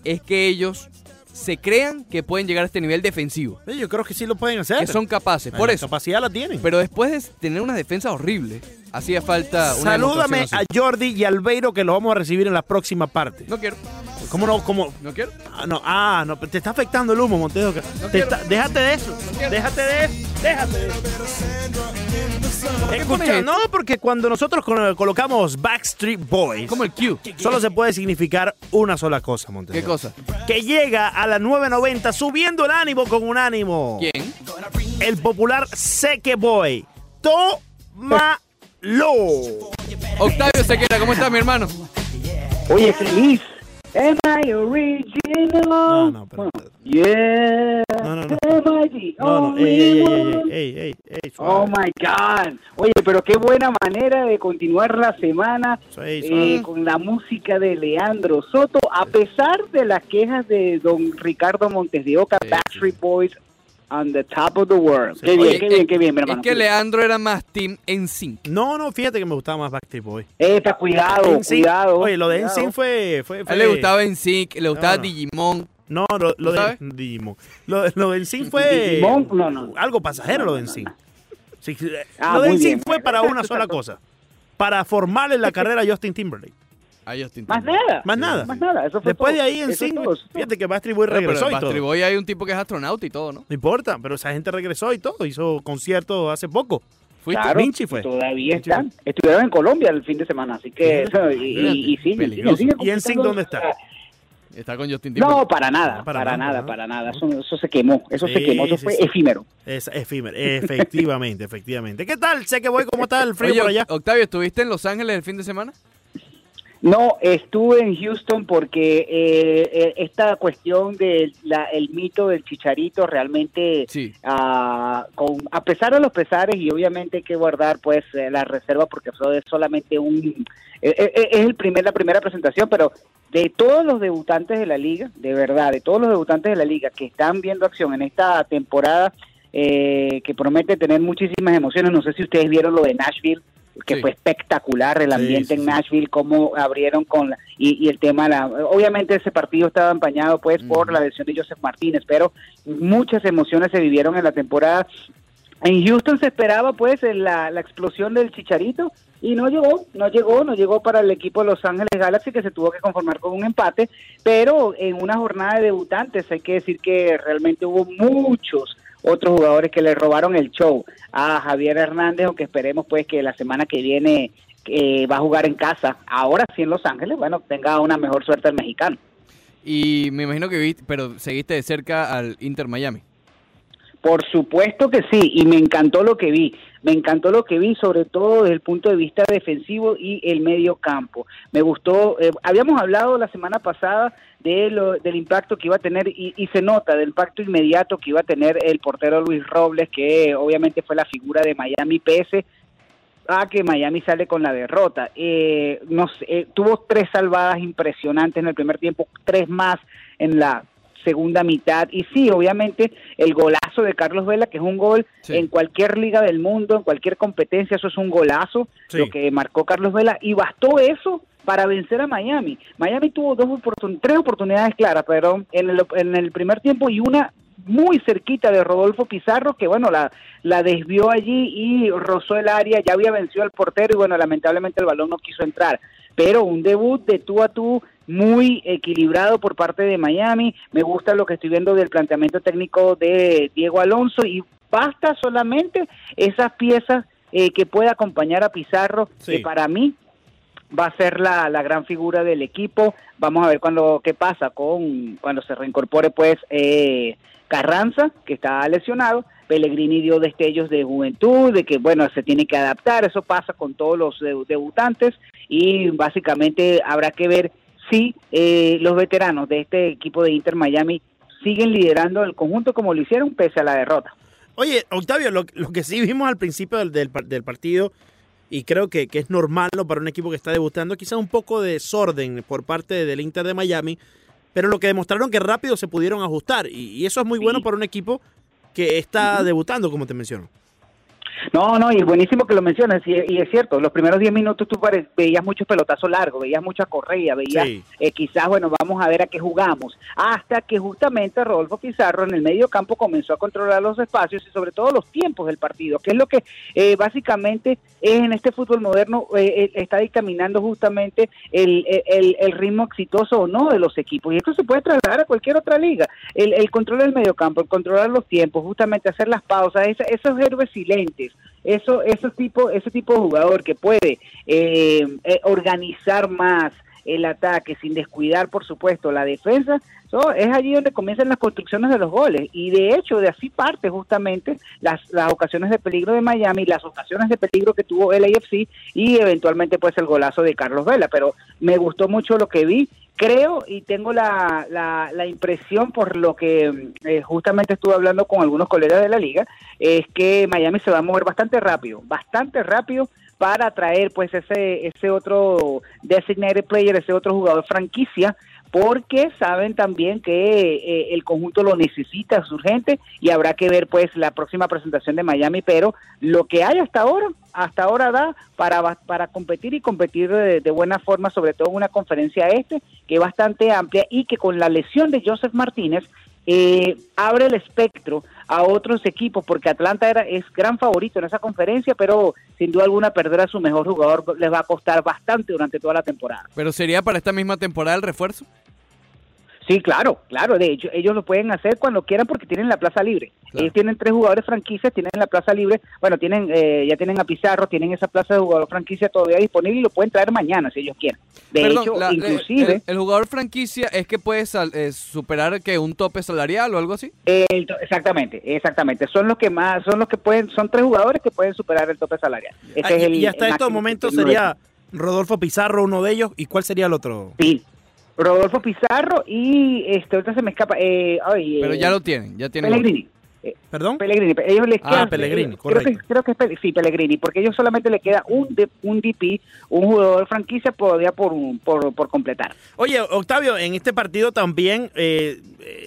[SPEAKER 1] es que ellos se crean que pueden llegar a este nivel defensivo.
[SPEAKER 2] Yo creo que sí lo pueden hacer.
[SPEAKER 1] Que son capaces, por
[SPEAKER 2] la
[SPEAKER 1] eso.
[SPEAKER 2] capacidad la tienen.
[SPEAKER 1] Pero después de tener una defensa horrible, hacía falta ah, una
[SPEAKER 2] Salúdame
[SPEAKER 1] demostración
[SPEAKER 2] a
[SPEAKER 1] así.
[SPEAKER 2] Jordi y Albeiro que los vamos a recibir en la próxima parte.
[SPEAKER 1] No quiero,
[SPEAKER 2] ¿Cómo no? ¿Cómo?
[SPEAKER 1] no quiero.
[SPEAKER 2] Ah, no, ah, no, te está afectando el humo, Montes. de Oca.
[SPEAKER 1] No
[SPEAKER 2] Te
[SPEAKER 1] quiero.
[SPEAKER 2] está- déjate de eso.
[SPEAKER 1] quiero.
[SPEAKER 2] déjate de eso. Déjate de eso.
[SPEAKER 1] pones
[SPEAKER 2] Escucha,
[SPEAKER 1] esto?
[SPEAKER 2] no, porque cuando nosotros colo- colocamos Backstreet Boys,
[SPEAKER 1] Como el Q.
[SPEAKER 2] solo se puede significar una sola cosa, Montes. de
[SPEAKER 1] ¿Qué
[SPEAKER 2] Oca.
[SPEAKER 1] cosa?
[SPEAKER 2] Que llega a la 990 subiendo el ánimo con un ánimo.
[SPEAKER 1] ¿Quién?
[SPEAKER 2] El popular Seque Boy. Tómalo.
[SPEAKER 1] Octavio Sequera, ¿cómo está mi hermano?
[SPEAKER 4] Oye, feliz. Am I original?
[SPEAKER 2] No, no, pero-
[SPEAKER 4] Yeah.
[SPEAKER 2] No, no, no.
[SPEAKER 4] Everybody,
[SPEAKER 2] No, no,
[SPEAKER 4] only
[SPEAKER 2] ey, ey, ey, ey,
[SPEAKER 4] one.
[SPEAKER 2] ey, ey, ey,
[SPEAKER 4] Oh
[SPEAKER 2] suave.
[SPEAKER 4] my God. Oye, pero qué buena manera de continuar la semana
[SPEAKER 2] Eso es,
[SPEAKER 4] eh,
[SPEAKER 2] suave.
[SPEAKER 4] con la música de Leandro Soto, a pesar de las quejas de don Ricardo Montes de Oca,
[SPEAKER 1] Sí, sí.
[SPEAKER 4] Backstreet Boys on the top of the world.
[SPEAKER 2] Sí.
[SPEAKER 4] Qué bien,
[SPEAKER 1] Oye,
[SPEAKER 4] qué bien,
[SPEAKER 1] eh,
[SPEAKER 4] qué bien, mi
[SPEAKER 1] Es
[SPEAKER 4] hermano.
[SPEAKER 1] que Leandro era más team en sync.
[SPEAKER 2] No, no, fíjate que me gustaba más Backstreet Boy.
[SPEAKER 4] Epa, cuidado,
[SPEAKER 2] NSYNC.
[SPEAKER 4] cuidado.
[SPEAKER 2] Oye, lo de
[SPEAKER 4] cuidado.
[SPEAKER 2] NSYNC fue, fue,
[SPEAKER 1] A
[SPEAKER 2] fue-
[SPEAKER 1] él le gustaba en sync, le gustaba
[SPEAKER 2] no.
[SPEAKER 1] Digimon.
[SPEAKER 2] No, lo, lo de
[SPEAKER 1] ¿Sabes?
[SPEAKER 2] Digimon. Lo, lo de NSYNC fue
[SPEAKER 4] Digimon, no, no.
[SPEAKER 2] algo pasajero lo de
[SPEAKER 4] No, no,
[SPEAKER 2] NSYNC.
[SPEAKER 4] no.
[SPEAKER 2] Sí, eh,
[SPEAKER 4] Ah,
[SPEAKER 2] lo de
[SPEAKER 4] muy
[SPEAKER 2] NSYNC
[SPEAKER 4] bien.
[SPEAKER 2] fue para una sola cosa. Para formarle la carrera a Justin Timberlake.
[SPEAKER 1] A Justin
[SPEAKER 4] Más
[SPEAKER 1] Timberlake.
[SPEAKER 4] nada.
[SPEAKER 2] Más nada.
[SPEAKER 4] Más nada, eso fue
[SPEAKER 2] Después de
[SPEAKER 4] todo.
[SPEAKER 2] ahí
[SPEAKER 4] Eso es
[SPEAKER 2] NSYNC,
[SPEAKER 4] todo, eso es todo.
[SPEAKER 2] fíjate que Backstreet Boy
[SPEAKER 1] Bueno,
[SPEAKER 2] regresó
[SPEAKER 1] pero
[SPEAKER 2] y
[SPEAKER 1] en Backstreet
[SPEAKER 2] todo.
[SPEAKER 1] Boy hay un tipo que es astronauta y todo, ¿no?
[SPEAKER 2] No importa, pero esa gente regresó y todo. Hizo conciertos hace poco.
[SPEAKER 1] Fuiste.
[SPEAKER 4] Claro,
[SPEAKER 2] Vinci fue.
[SPEAKER 4] y Todavía
[SPEAKER 2] Vinci
[SPEAKER 4] están. Estuvieron en Colombia el fin de semana, así que.
[SPEAKER 2] Fíjate,
[SPEAKER 4] eso, y, y, y siguen,
[SPEAKER 1] peligroso.
[SPEAKER 4] siguen, siguen
[SPEAKER 2] ¿Y NSYNC
[SPEAKER 4] conquistando-
[SPEAKER 2] dónde está?
[SPEAKER 1] Está con Justin Timberlake.
[SPEAKER 4] Ah, No, para nada,
[SPEAKER 2] No,
[SPEAKER 4] para,
[SPEAKER 2] para nada,
[SPEAKER 4] nada,
[SPEAKER 2] ¿no?
[SPEAKER 4] para nada. Eso, eso se quemó, eso
[SPEAKER 2] Sí,
[SPEAKER 4] se quemó, eso
[SPEAKER 2] sí,
[SPEAKER 4] fue
[SPEAKER 2] sí.
[SPEAKER 4] efímero.
[SPEAKER 2] Es efímero. Efectivamente, efectivamente. ¿Qué tal? Sé que voy. ¿Cómo está el frío
[SPEAKER 1] Oye,
[SPEAKER 2] por allá?
[SPEAKER 1] Octavio, ¿estuviste en Los Ángeles el fin de semana?
[SPEAKER 4] No, estuve en Houston porque eh, eh, esta cuestión del la- el mito del chicharito realmente,
[SPEAKER 1] Sí.
[SPEAKER 4] ah, con, a pesar de los pesares, y obviamente hay que guardar pues eh, la reserva porque eso es solamente un... eh, eh, eh, es el primer, la primera presentación, pero de todos los debutantes de la liga, de verdad, de todos los debutantes de la liga que están viendo acción en esta temporada, eh, que promete tener muchísimas emociones, no sé si ustedes vieron lo de Nashville que
[SPEAKER 1] Sí.
[SPEAKER 4] fue espectacular el
[SPEAKER 2] Sí,
[SPEAKER 4] ambiente
[SPEAKER 2] sí,
[SPEAKER 4] en
[SPEAKER 2] sí.
[SPEAKER 4] Nashville, cómo abrieron con la- y, y el tema, la, obviamente ese partido estaba empañado pues por
[SPEAKER 1] Ujú.
[SPEAKER 4] la lesión de Joseph Martínez, pero muchas emociones se vivieron en la temporada. En Houston se esperaba pues en la, la explosión del Chicharito y no llegó, no llegó, no llegó para el equipo de Los Ángeles Galaxy que se tuvo que conformar con un empate, pero en una jornada de debutantes hay que decir que realmente hubo muchos otros jugadores que le robaron el show a Javier Hernández, aunque esperemos pues que la semana que viene eh, va a jugar en casa, ahora sí en Los Ángeles, bueno, tenga una mejor suerte el mexicano.
[SPEAKER 1] Y me imagino que viste, pero seguiste de cerca al Inter Miami.
[SPEAKER 4] Por supuesto que sí, y me encantó lo que vi. Me encantó lo que vi, sobre todo desde el punto de vista defensivo y el medio campo. Me gustó, eh, habíamos hablado la semana pasada de lo- del impacto que iba a tener, y, y se nota del impacto inmediato que iba a tener el portero Luis Robles, que eh, obviamente fue la figura de Miami PS, a que Miami sale con la derrota. Eh, no sé, eh, tuvo tres salvadas impresionantes en el primer tiempo, tres más en la segunda mitad. Y sí, obviamente el golazo de Carlos Vela, que es un gol
[SPEAKER 1] Sí.
[SPEAKER 4] en cualquier liga del mundo, en cualquier competencia, eso es un golazo,
[SPEAKER 2] Sí.
[SPEAKER 4] lo que marcó Carlos Vela. Y bastó eso para vencer a Miami. Miami tuvo dos oportun- tres oportunidades claras, perdón, en el, en el primer tiempo y una muy cerquita de Rodolfo Pizarro, que bueno, la, la desvió allí y rozó el área, ya había vencido al portero y bueno, lamentablemente el balón no quiso entrar. Pero un debut de tú a tú muy equilibrado por parte de Miami. Me gusta lo que estoy viendo del planteamiento técnico de Diego Alonso y basta solamente esas piezas eh, que pueda acompañar a Pizarro,
[SPEAKER 2] Sí.
[SPEAKER 4] que para mí va a ser la, la gran figura del equipo. Vamos a ver cuando, qué pasa con cuando se reincorpore pues eh, Carranza, que está lesionado. Pellegrini dio destellos de juventud, de que bueno, se tiene que adaptar, eso pasa con todos los de- debutantes y básicamente habrá que ver si eh, los veteranos de este equipo de Inter Miami siguen liderando el conjunto como lo hicieron pese a la derrota.
[SPEAKER 2] Oye, Octavio, lo, lo que sí vimos al principio del, del par- del partido, y creo que, que es normal ¿no? para un equipo que está debutando, quizás un poco de desorden por parte del Inter de Miami, pero lo que demostraron que rápido se pudieron ajustar, y, y eso es muy
[SPEAKER 4] Sí.
[SPEAKER 2] bueno para un equipo que está debutando, como te menciono.
[SPEAKER 4] No, no, y es buenísimo que lo mencionas, y, y es cierto, los primeros 10 minutos tú pare- veías muchos pelotazos largos, veías mucha correa, veías
[SPEAKER 2] Sí.
[SPEAKER 4] eh, quizás, bueno, vamos a ver a qué jugamos, hasta que justamente Rodolfo Pizarro en el medio campo comenzó a controlar los espacios y sobre todo los tiempos del partido, que es lo que eh, básicamente es en este fútbol moderno eh, eh, está dictaminando justamente el, el- el ritmo exitoso o no de los equipos, y esto se puede trasladar a cualquier otra liga, el, el control del medio campo, el controlar los tiempos, justamente hacer las pausas, esa- esos héroes silentes, eso, ese tipo, ese tipo de jugador que puede eh, eh, organizar más el ataque sin descuidar, por supuesto, la defensa, so, es allí donde comienzan las construcciones de los goles. Y de hecho, de así parte justamente las, las ocasiones de peligro de Miami, las ocasiones de peligro que tuvo el AFC y eventualmente pues el golazo de Carlos Vela. Pero me gustó mucho lo que vi. Creo y tengo la, la, la impresión, por lo que eh, justamente estuve hablando con algunos colegas de la liga, es que Miami se va a mover bastante rápido, bastante rápido para atraer pues ese, ese otro designated player, ese otro jugador franquicia, porque saben también que eh, el conjunto lo necesita, es urgente, y habrá que ver pues la próxima presentación de Miami, pero lo que hay hasta ahora, hasta ahora da para, para competir y competir de, de buena forma, sobre todo en una conferencia este, que es bastante amplia y que con la lesión de Joseph Martínez eh, abre el espectro a otros equipos, porque Atlanta era, es gran favorito en esa conferencia, pero sin duda alguna perder a su mejor jugador les va a costar bastante durante toda la temporada.
[SPEAKER 1] ¿Pero sería para esta misma temporada el refuerzo?
[SPEAKER 4] Sí, claro, claro. De hecho, ellos lo pueden hacer cuando quieran porque tienen la plaza libre.
[SPEAKER 1] Claro.
[SPEAKER 4] Ellos tienen tres jugadores franquicias, tienen la plaza libre. Bueno, tienen eh, ya tienen a Pizarro, tienen esa plaza de jugador franquicia todavía disponible y lo pueden traer mañana si ellos quieren. De
[SPEAKER 1] Perdón,
[SPEAKER 4] hecho,
[SPEAKER 1] la- la-
[SPEAKER 4] inclusive
[SPEAKER 1] El, el jugador franquicia es que puede sal- eh, superar que un tope salarial o algo así.
[SPEAKER 4] el to- exactamente, exactamente. Son los que más, son los que pueden, son tres jugadores que pueden superar el tope salarial. Ese
[SPEAKER 2] Ah,
[SPEAKER 4] este es el-
[SPEAKER 2] y hasta
[SPEAKER 4] el
[SPEAKER 2] estos
[SPEAKER 4] máximo
[SPEAKER 2] momentos
[SPEAKER 4] que tiene
[SPEAKER 2] sería Rodolfo Pizarro uno de ellos. ¿Y cuál sería el otro?
[SPEAKER 4] Sí. Rodolfo Pizarro y este ahorita se me escapa eh, ay,
[SPEAKER 1] Pero
[SPEAKER 4] eh,
[SPEAKER 1] ya lo tienen, ya tienen. otro.
[SPEAKER 4] Pellegrini. Eh,
[SPEAKER 2] ¿Perdón.
[SPEAKER 4] Pellegrini, pe- ellos les
[SPEAKER 1] Ah,
[SPEAKER 4] quedan-
[SPEAKER 2] Pellegrini,
[SPEAKER 4] creo que-
[SPEAKER 2] correcto.
[SPEAKER 4] Creo que, es Pel- sí, Pellegrini, porque ellos solamente le queda un de- un DP, un jugador franquicia todavía por un- por, por completar.
[SPEAKER 2] Oye, Octavio, en este partido también eh,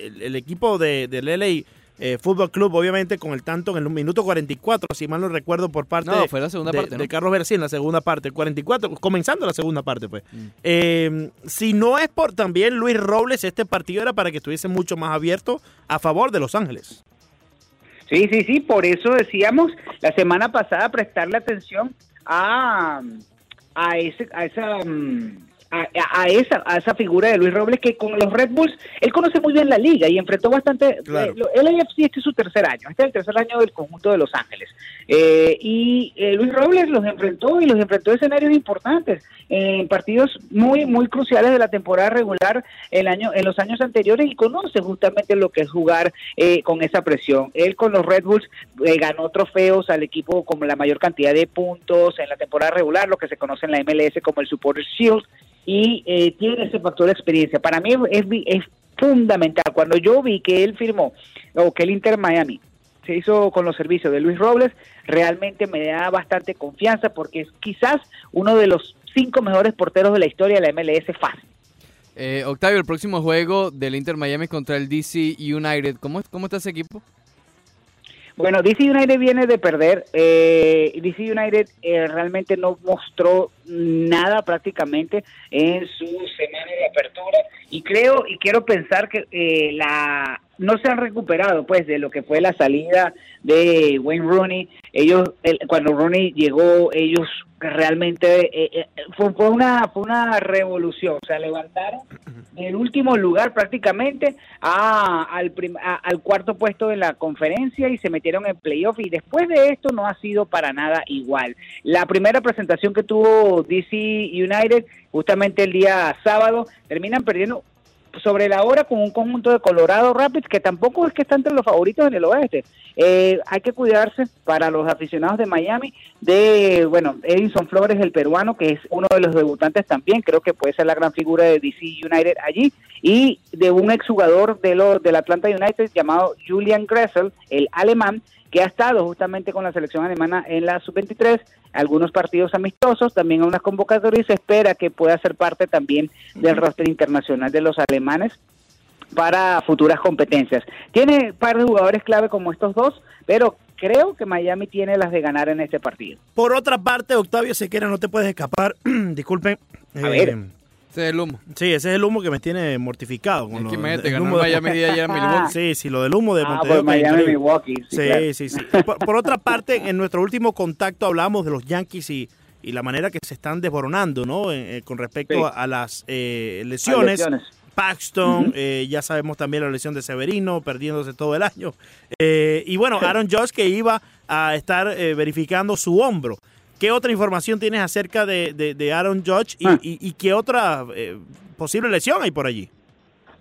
[SPEAKER 2] el, el equipo de, del LA eh, Fútbol Club, obviamente, con el tanto en el minuto 44, si mal no recuerdo, por parte
[SPEAKER 1] No,
[SPEAKER 2] de-
[SPEAKER 1] fue la segunda
[SPEAKER 2] de,
[SPEAKER 1] parte, ¿no?
[SPEAKER 2] de Carlos Bercín, la segunda parte, 44, comenzando la segunda parte, pues.
[SPEAKER 1] Mm.
[SPEAKER 2] Eh, si no es por también Luis Robles, este partido era para que estuviese mucho más abierto a favor de Los Ángeles.
[SPEAKER 4] Sí, sí, sí, por eso decíamos la semana pasada prestarle atención a, a, ese, a esa... mm, A, a- a esa, a esa figura de Luis Robles que con los Red Bulls, él conoce muy bien la liga y enfrentó bastante,
[SPEAKER 2] Claro.
[SPEAKER 4] eh, lo- el AFC este es su tercer año, este es el tercer año del conjunto de Los Ángeles. Eh, y eh, Luis Robles los enfrentó y los enfrentó en escenarios importantes, en partidos muy, muy cruciales de la temporada regular el año, en los años anteriores y conoce justamente lo que es jugar eh, con esa presión. Él con los Red Bulls eh, ganó trofeos al equipo con la mayor cantidad de puntos en la temporada regular, lo que se conoce en la MLS como el Supporter Shield, y eh, tiene ese factor de experiencia. Para mí es, vi- es fundamental. Cuando yo vi que él firmó o que el Inter Miami se hizo con los servicios de Luis Robles, realmente me da bastante confianza porque es quizás uno de los cinco mejores porteros de la historia de la MLS fácil.
[SPEAKER 1] Eh, Octavio, el próximo juego del Inter Miami es contra el DC United. ¿Cómo, cómo está ese equipo?
[SPEAKER 4] Bueno, DC United viene de perder. Eh, DC United eh, realmente no mostró nada prácticamente en su semana de apertura y creo y quiero pensar que eh, la no se han recuperado pues de lo que fue la salida de Wayne Rooney. Ellos el- cuando Rooney llegó ellos realmente eh, eh, fue, fue una fue una revolución, o sea levantaron del último lugar prácticamente a, al, prim- a- al cuarto puesto de la conferencia y se metieron en playoff y después de esto no ha sido para nada igual. La primera presentación que tuvo DC United justamente el día sábado terminan perdiendo sobre la hora con un conjunto de Colorado Rapids que tampoco es que está entre los favoritos en el oeste. Eh, hay que cuidarse para los aficionados de Miami de, bueno, Edison Flores, el peruano, que es uno de los debutantes también, creo que puede ser la gran figura de DC United allí, y de un exjugador de lo, del Atlanta United llamado Julian Gressel, el alemán, que ha estado justamente con la selección alemana en la sub-23, algunos partidos amistosos, también unas convocatorias, y se espera que pueda ser parte también del roster internacional de los alemanes para futuras competencias. Tiene un par de jugadores clave como estos dos, pero creo que Miami tiene las de ganar en este partido.
[SPEAKER 2] Por otra parte, Octavio Sequera, no te puedes escapar. Disculpen. eh,
[SPEAKER 4] A ver.
[SPEAKER 1] Se del humo.
[SPEAKER 2] Sí, ese es el humo que me tiene mortificado. con
[SPEAKER 1] Es
[SPEAKER 2] lo-
[SPEAKER 1] que imagínate,
[SPEAKER 2] el
[SPEAKER 1] ganó
[SPEAKER 2] humo de-
[SPEAKER 1] Miami de ayer a Milwaukee.
[SPEAKER 2] Sí, sí, lo del humo de
[SPEAKER 4] ah,
[SPEAKER 2] Montevideo.
[SPEAKER 4] por
[SPEAKER 2] que es
[SPEAKER 4] Miami,
[SPEAKER 2] increíble.
[SPEAKER 4] Milwaukee. sí,
[SPEAKER 2] Sí,
[SPEAKER 4] claro.
[SPEAKER 2] sí, sí. Por, por otra parte, en nuestro último contacto hablamos de los Yankees y, y la manera que se están desboronando, ¿no? Eh, eh, con respecto
[SPEAKER 4] Sí.
[SPEAKER 2] a, a las eh,
[SPEAKER 4] Hay
[SPEAKER 2] lesiones.
[SPEAKER 4] lesiones.
[SPEAKER 2] Paxton, eh, ya sabemos también la lesión de Severino, perdiéndose todo el año. Eh, y bueno, Aaron Josh que iba a estar eh, verificando su hombro. ¿Qué otra información tienes acerca de, de- de Aaron Judge y,
[SPEAKER 4] Ah.
[SPEAKER 2] y- y qué otra eh, posible lesión hay por allí?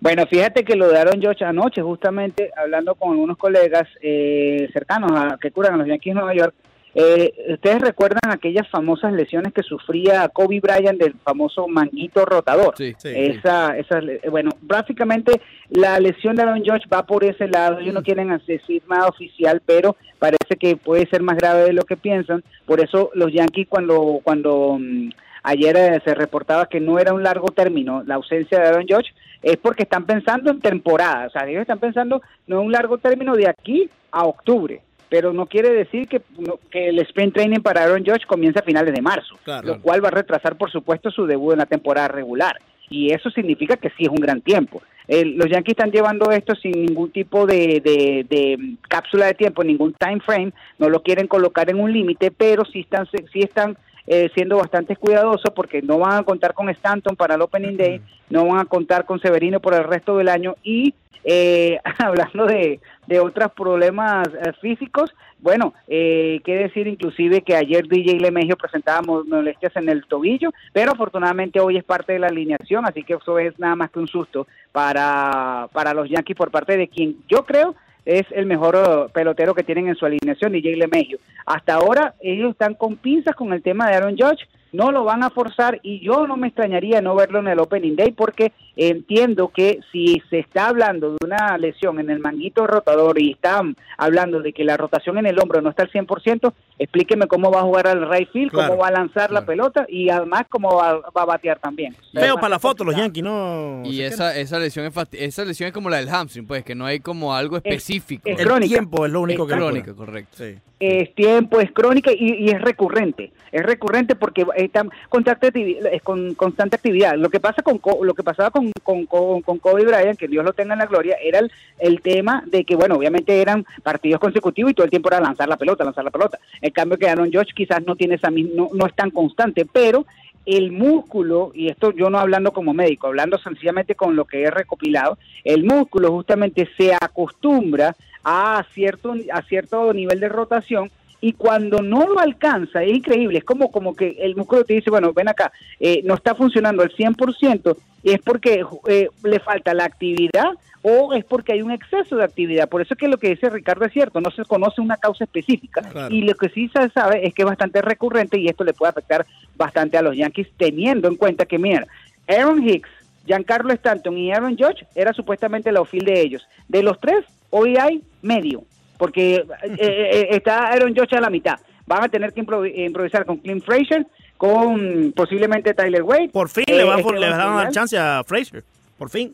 [SPEAKER 4] Bueno, fíjate que lo de Aaron George anoche, justamente hablando con unos colegas eh, cercanos a que curan a los Yankees de Nueva York, Eh, Ustedes recuerdan aquellas famosas lesiones que sufría Kobe Bryant del famoso manguito rotador.
[SPEAKER 1] Sí.
[SPEAKER 2] Sí.
[SPEAKER 4] Esa, esa, le- eh, bueno, básicamente la lesión de Aaron George va por ese lado. Ellos no
[SPEAKER 2] Mm.
[SPEAKER 4] quieren hacer- decir nada oficial, pero parece que puede ser más grave de lo que piensan. Por eso los Yankees cuando cuando mm, ayer eh, se reportaba que no era un largo término la ausencia de Aaron George es porque están pensando en temporada. O sea, ellos están pensando no en un largo término de aquí a octubre. Pero no quiere decir que, no- que el sprint training para Aaron George comienza a finales de marzo
[SPEAKER 2] Claro.
[SPEAKER 4] lo cual va a retrasar, por supuesto, su debut en la temporada regular. Y eso significa que sí es un gran tiempo. Eh, los Yankees están llevando esto sin ningún tipo de, de- de, mm, cápsula de tiempo, ningún time frame, no lo quieren colocar en un límite, pero sí están, sí están eh, siendo bastante cuidadosos porque no van a contar con Stanton para el Opening Day, no van a contar con Severino por el resto del año y eh, hablando de, de otros problemas eh, físicos, bueno, eh, qué decir inclusive que ayer DJ Lemegio presentaba mo- molestias en el tobillo, pero afortunadamente hoy es parte de la alineación, así que eso es nada más que un susto para, para los Yankees por parte de quien yo creo es el mejor eh, pelotero que tienen en su alineación, DJ Lemegio. Hasta ahora ellos están con pinzas con el tema de Aaron Judge, no lo van a forzar y yo no me extrañaría no verlo en el Opening Day porque entiendo que si se está hablando de una lesión en el manguito rotador y están hablando de que la rotación en el hombro no está al 100%, explíqueme cómo va a jugar al right field,
[SPEAKER 2] Claro,
[SPEAKER 4] cómo va a lanzar la pelota y además cómo va, va a batear también.
[SPEAKER 2] Feo para la foto los Yankees, ¿no?
[SPEAKER 1] Y esa, esa, lesión es fasti- esa lesión es como la del hamstring, pues, que no hay como algo específico.
[SPEAKER 4] es
[SPEAKER 2] El
[SPEAKER 4] crónica.
[SPEAKER 2] tiempo es lo único que le
[SPEAKER 1] crónica,
[SPEAKER 2] cura.
[SPEAKER 1] correcto.
[SPEAKER 2] Sí.
[SPEAKER 4] es tiempo, es crónica y, y es recurrente. Es recurrente porque está constante activi- es con constante actividad. Lo que pasa con Co- lo que pasaba con, con, con, con Kobe Bryant, que Dios lo tenga en la gloria, era el, el tema de que bueno, obviamente eran partidos consecutivos y todo el tiempo era lanzar la pelota, lanzar la pelota. El cambio que Aaron George quizás no tiene esa mis- no, no es tan constante, pero el músculo, y esto yo no hablando como médico, hablando sencillamente con lo que he recopilado, el músculo justamente se acostumbra a cierto, a cierto nivel de rotación y cuando no lo alcanza, es increíble, es como, como que el músculo te dice, bueno, ven acá, eh, no está funcionando al 100% y es porque eh, le falta la actividad o es porque hay un exceso de actividad. Por eso es que lo que dice Ricardo es cierto, no se conoce una causa específica
[SPEAKER 2] Claro.
[SPEAKER 4] y lo que sí se sabe es que es bastante recurrente y esto le puede afectar bastante a los Yankees teniendo en cuenta que, mira, Aaron Hicks, Giancarlo Stanton y Aaron Judge era supuestamente la ofil de ellos. De los tres, hoy hay medio, porque eh, eh, está Aaron Judge a la mitad. Van a tener que improvi- improvisar con Clint Frazier, con posiblemente Tyler Wade.
[SPEAKER 2] Por fin
[SPEAKER 4] eh,
[SPEAKER 2] le, van,
[SPEAKER 4] Esteban
[SPEAKER 2] le van a dar
[SPEAKER 4] Seagal.
[SPEAKER 2] chance a Fraser. Por fin.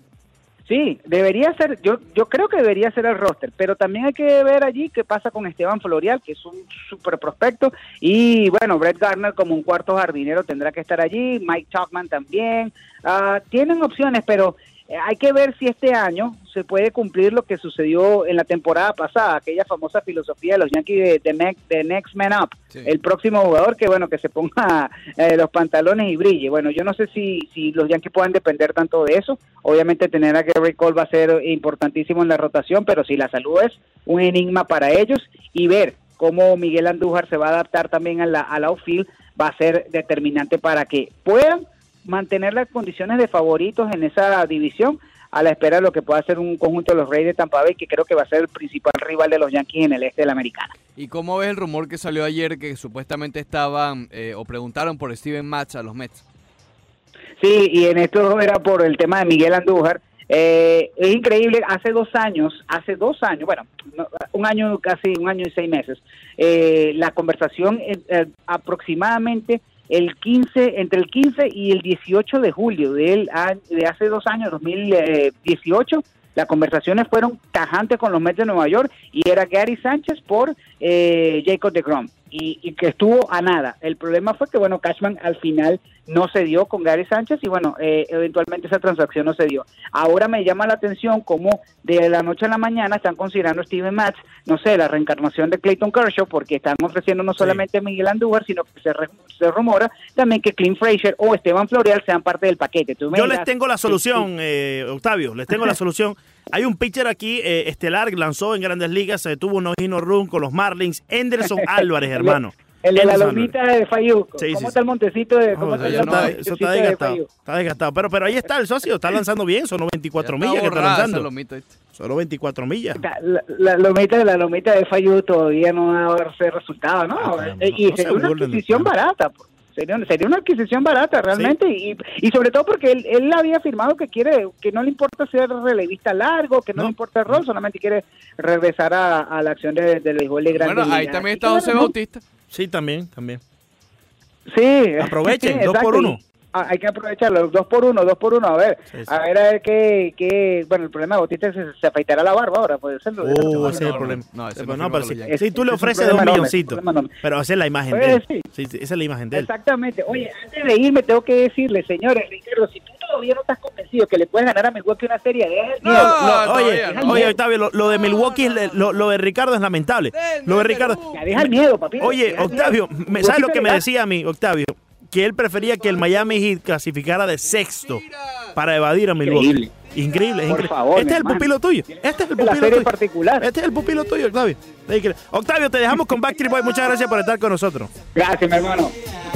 [SPEAKER 4] Sí, debería ser, yo, yo creo que debería ser el roster, pero también hay que ver allí qué pasa con Esteban Florial, que es un super prospecto, y bueno, Brett Garner como un cuarto jardinero tendrá que estar allí, Mike Chalkman también, Ah, tienen opciones, pero eh, hay que ver si este año se puede cumplir lo que sucedió en la temporada pasada, aquella famosa filosofía de los Yankees de, de Mac- de Next Man Up,
[SPEAKER 1] Sí.
[SPEAKER 4] el próximo jugador que bueno que se ponga eh, los pantalones y brille. Bueno, yo no sé si, si los Yankees puedan depender tanto de eso. Obviamente tener a Gary Cole va a ser importantísimo en la rotación, pero si la salud es un enigma para ellos y ver cómo Miguel Andújar se va a adaptar también a la, a la outfield va a ser determinante para que puedan mantener las condiciones de favoritos en esa división a la espera de lo que pueda ser un conjunto de los Reyes de Tampa Bay, que creo que va a ser el principal rival de los Yankees en el este de la Americana.
[SPEAKER 1] ¿Y cómo ves el rumor que salió ayer que supuestamente estaban eh, o preguntaron por Steven Matz a los Mets?
[SPEAKER 4] Sí, y en esto era por el tema de Miguel Andújar. Eh, es increíble, hace dos años, hace dos años, bueno, no, un año casi, un año y seis meses, eh, la conversación eh, eh, aproximadamente el 15, entre el 15 y el 18 de julio del a- de hace dos eh, años, 2018, las conversaciones fueron tajantes con los Mets de Nueva York y era Gary Sánchez por eh, Jacob de Grom y, y que estuvo a nada. El problema fue que, bueno, Cashman al final no se dio con Gary Sánchez y, bueno, eh, eventualmente esa transacción no se dio. Ahora me llama la atención cómo de la noche a la mañana están considerando a Steven Matz, no sé, la reencarnación de Clayton Kershaw, porque están ofreciendo no solamente a Miguel Andújar, sino que se, re- se rumora también que Clint Frazier o Esteban Floreal sean parte del paquete. Tú me
[SPEAKER 2] Yo
[SPEAKER 4] dirás-
[SPEAKER 2] les tengo la solución, eh, Octavio, les tengo la solución. Hay un pitcher aquí, eh, estelar, lanzó en grandes ligas, se tuvo unos hino run con los Marlins, Henderson Álvarez, hermano.
[SPEAKER 4] El de la
[SPEAKER 2] Henderson Álvarez.
[SPEAKER 4] lomita de Fayuco.
[SPEAKER 2] Sí, sí,
[SPEAKER 4] ¿Cómo
[SPEAKER 2] sí.
[SPEAKER 4] está el montecito de
[SPEAKER 2] No,
[SPEAKER 4] cómo
[SPEAKER 2] Oh, eso
[SPEAKER 4] está
[SPEAKER 1] ya
[SPEAKER 4] el
[SPEAKER 1] no,
[SPEAKER 2] está,
[SPEAKER 4] montecito
[SPEAKER 2] eso está
[SPEAKER 4] de
[SPEAKER 2] desgastado,
[SPEAKER 4] Fayuco?
[SPEAKER 2] está desgastado. Pero, pero ahí está el socio, está lanzando bien, son 94
[SPEAKER 1] Ya
[SPEAKER 2] millas que
[SPEAKER 1] está
[SPEAKER 2] está
[SPEAKER 1] borrada esa
[SPEAKER 2] lanzando.
[SPEAKER 1] lomita, ¿viste?
[SPEAKER 2] Solo 24 millas.
[SPEAKER 4] La, la- la lomita, la lomita de Fayú todavía no ha ese resultado, ¿no?
[SPEAKER 2] Ah, caramba.
[SPEAKER 4] Eh, y
[SPEAKER 2] No se
[SPEAKER 4] sería una
[SPEAKER 2] burlen de
[SPEAKER 4] adquisición
[SPEAKER 2] usted.
[SPEAKER 4] barata. pues. Sería, sería una adquisición barata realmente y, y sobre todo porque él, él había afirmado que quiere que no le importa ser relevista largo, que no,
[SPEAKER 2] No.
[SPEAKER 4] le importa el rol, solamente quiere regresar a, a la acción de- del béisbol de Grandes
[SPEAKER 1] Bueno, ahí
[SPEAKER 4] Ligas.
[SPEAKER 1] también
[SPEAKER 4] Así que
[SPEAKER 1] está José
[SPEAKER 4] bueno, ¿no?
[SPEAKER 1] Bautista.
[SPEAKER 2] Sí, también, también.
[SPEAKER 4] Sí.
[SPEAKER 2] Aprovechen,
[SPEAKER 4] Sí,
[SPEAKER 2] dos por
[SPEAKER 4] exacto.
[SPEAKER 2] uno.
[SPEAKER 4] Ah, Hay que aprovecharlo, dos por uno, dos por uno, a ver,
[SPEAKER 2] Sí, sí.
[SPEAKER 4] a ver, a ver qué, qué- bueno, el problema de Bautista es que se, se afeitará la barba ahora, puede ser.
[SPEAKER 2] Oh,
[SPEAKER 1] no,
[SPEAKER 2] ese es el
[SPEAKER 1] no,
[SPEAKER 2] problema.
[SPEAKER 1] no, ese
[SPEAKER 2] Pero
[SPEAKER 1] no es
[SPEAKER 2] no, pero si,
[SPEAKER 1] problema
[SPEAKER 4] ya.
[SPEAKER 2] si
[SPEAKER 4] Es-
[SPEAKER 2] tú le
[SPEAKER 4] es un
[SPEAKER 2] ofreces
[SPEAKER 4] problema
[SPEAKER 2] dos
[SPEAKER 4] enorme,
[SPEAKER 2] milloncitos,
[SPEAKER 4] es un problema enorme.
[SPEAKER 2] pero esa es la imagen
[SPEAKER 4] Pues
[SPEAKER 2] de él.
[SPEAKER 4] sí.
[SPEAKER 2] Sí, sí, esa es la imagen de él.
[SPEAKER 4] Exactamente. Oye, antes de irme tengo que decirle, señores, Ricardo, si tú todavía no estás convencido que le puedes ganar a Milwaukee una serie, deja el
[SPEAKER 1] No,
[SPEAKER 4] miedo.
[SPEAKER 1] no,
[SPEAKER 2] oye,
[SPEAKER 1] todavía no.
[SPEAKER 2] oye, Octavio, lo, lo de Milwaukee, es le- lo, lo de Ricardo es lamentable. Lo de Ricardo.
[SPEAKER 4] Ya deja el miedo, papi.
[SPEAKER 2] Oye,
[SPEAKER 4] Deja el miedo.
[SPEAKER 2] Octavio, me- ¿sabes lo que me
[SPEAKER 4] Milwaukee
[SPEAKER 2] decía a mí, Octavio? Que él prefería que el Miami Heat clasificara de sexto para evadir a Milwaukee.
[SPEAKER 4] Increíble.
[SPEAKER 2] Increíble, es
[SPEAKER 4] Por
[SPEAKER 2] increíble.
[SPEAKER 4] favor,
[SPEAKER 2] este es el
[SPEAKER 4] hermano.
[SPEAKER 2] pupilo tuyo. Este es el
[SPEAKER 4] La
[SPEAKER 2] pupilo
[SPEAKER 4] serie
[SPEAKER 2] tuyo.
[SPEAKER 4] particular.
[SPEAKER 2] Este es el pupilo tuyo, Octavio. Es increíble. Octavio, te dejamos con Backstreet Boy. Muchas gracias por estar con nosotros.
[SPEAKER 4] Gracias, mi hermano.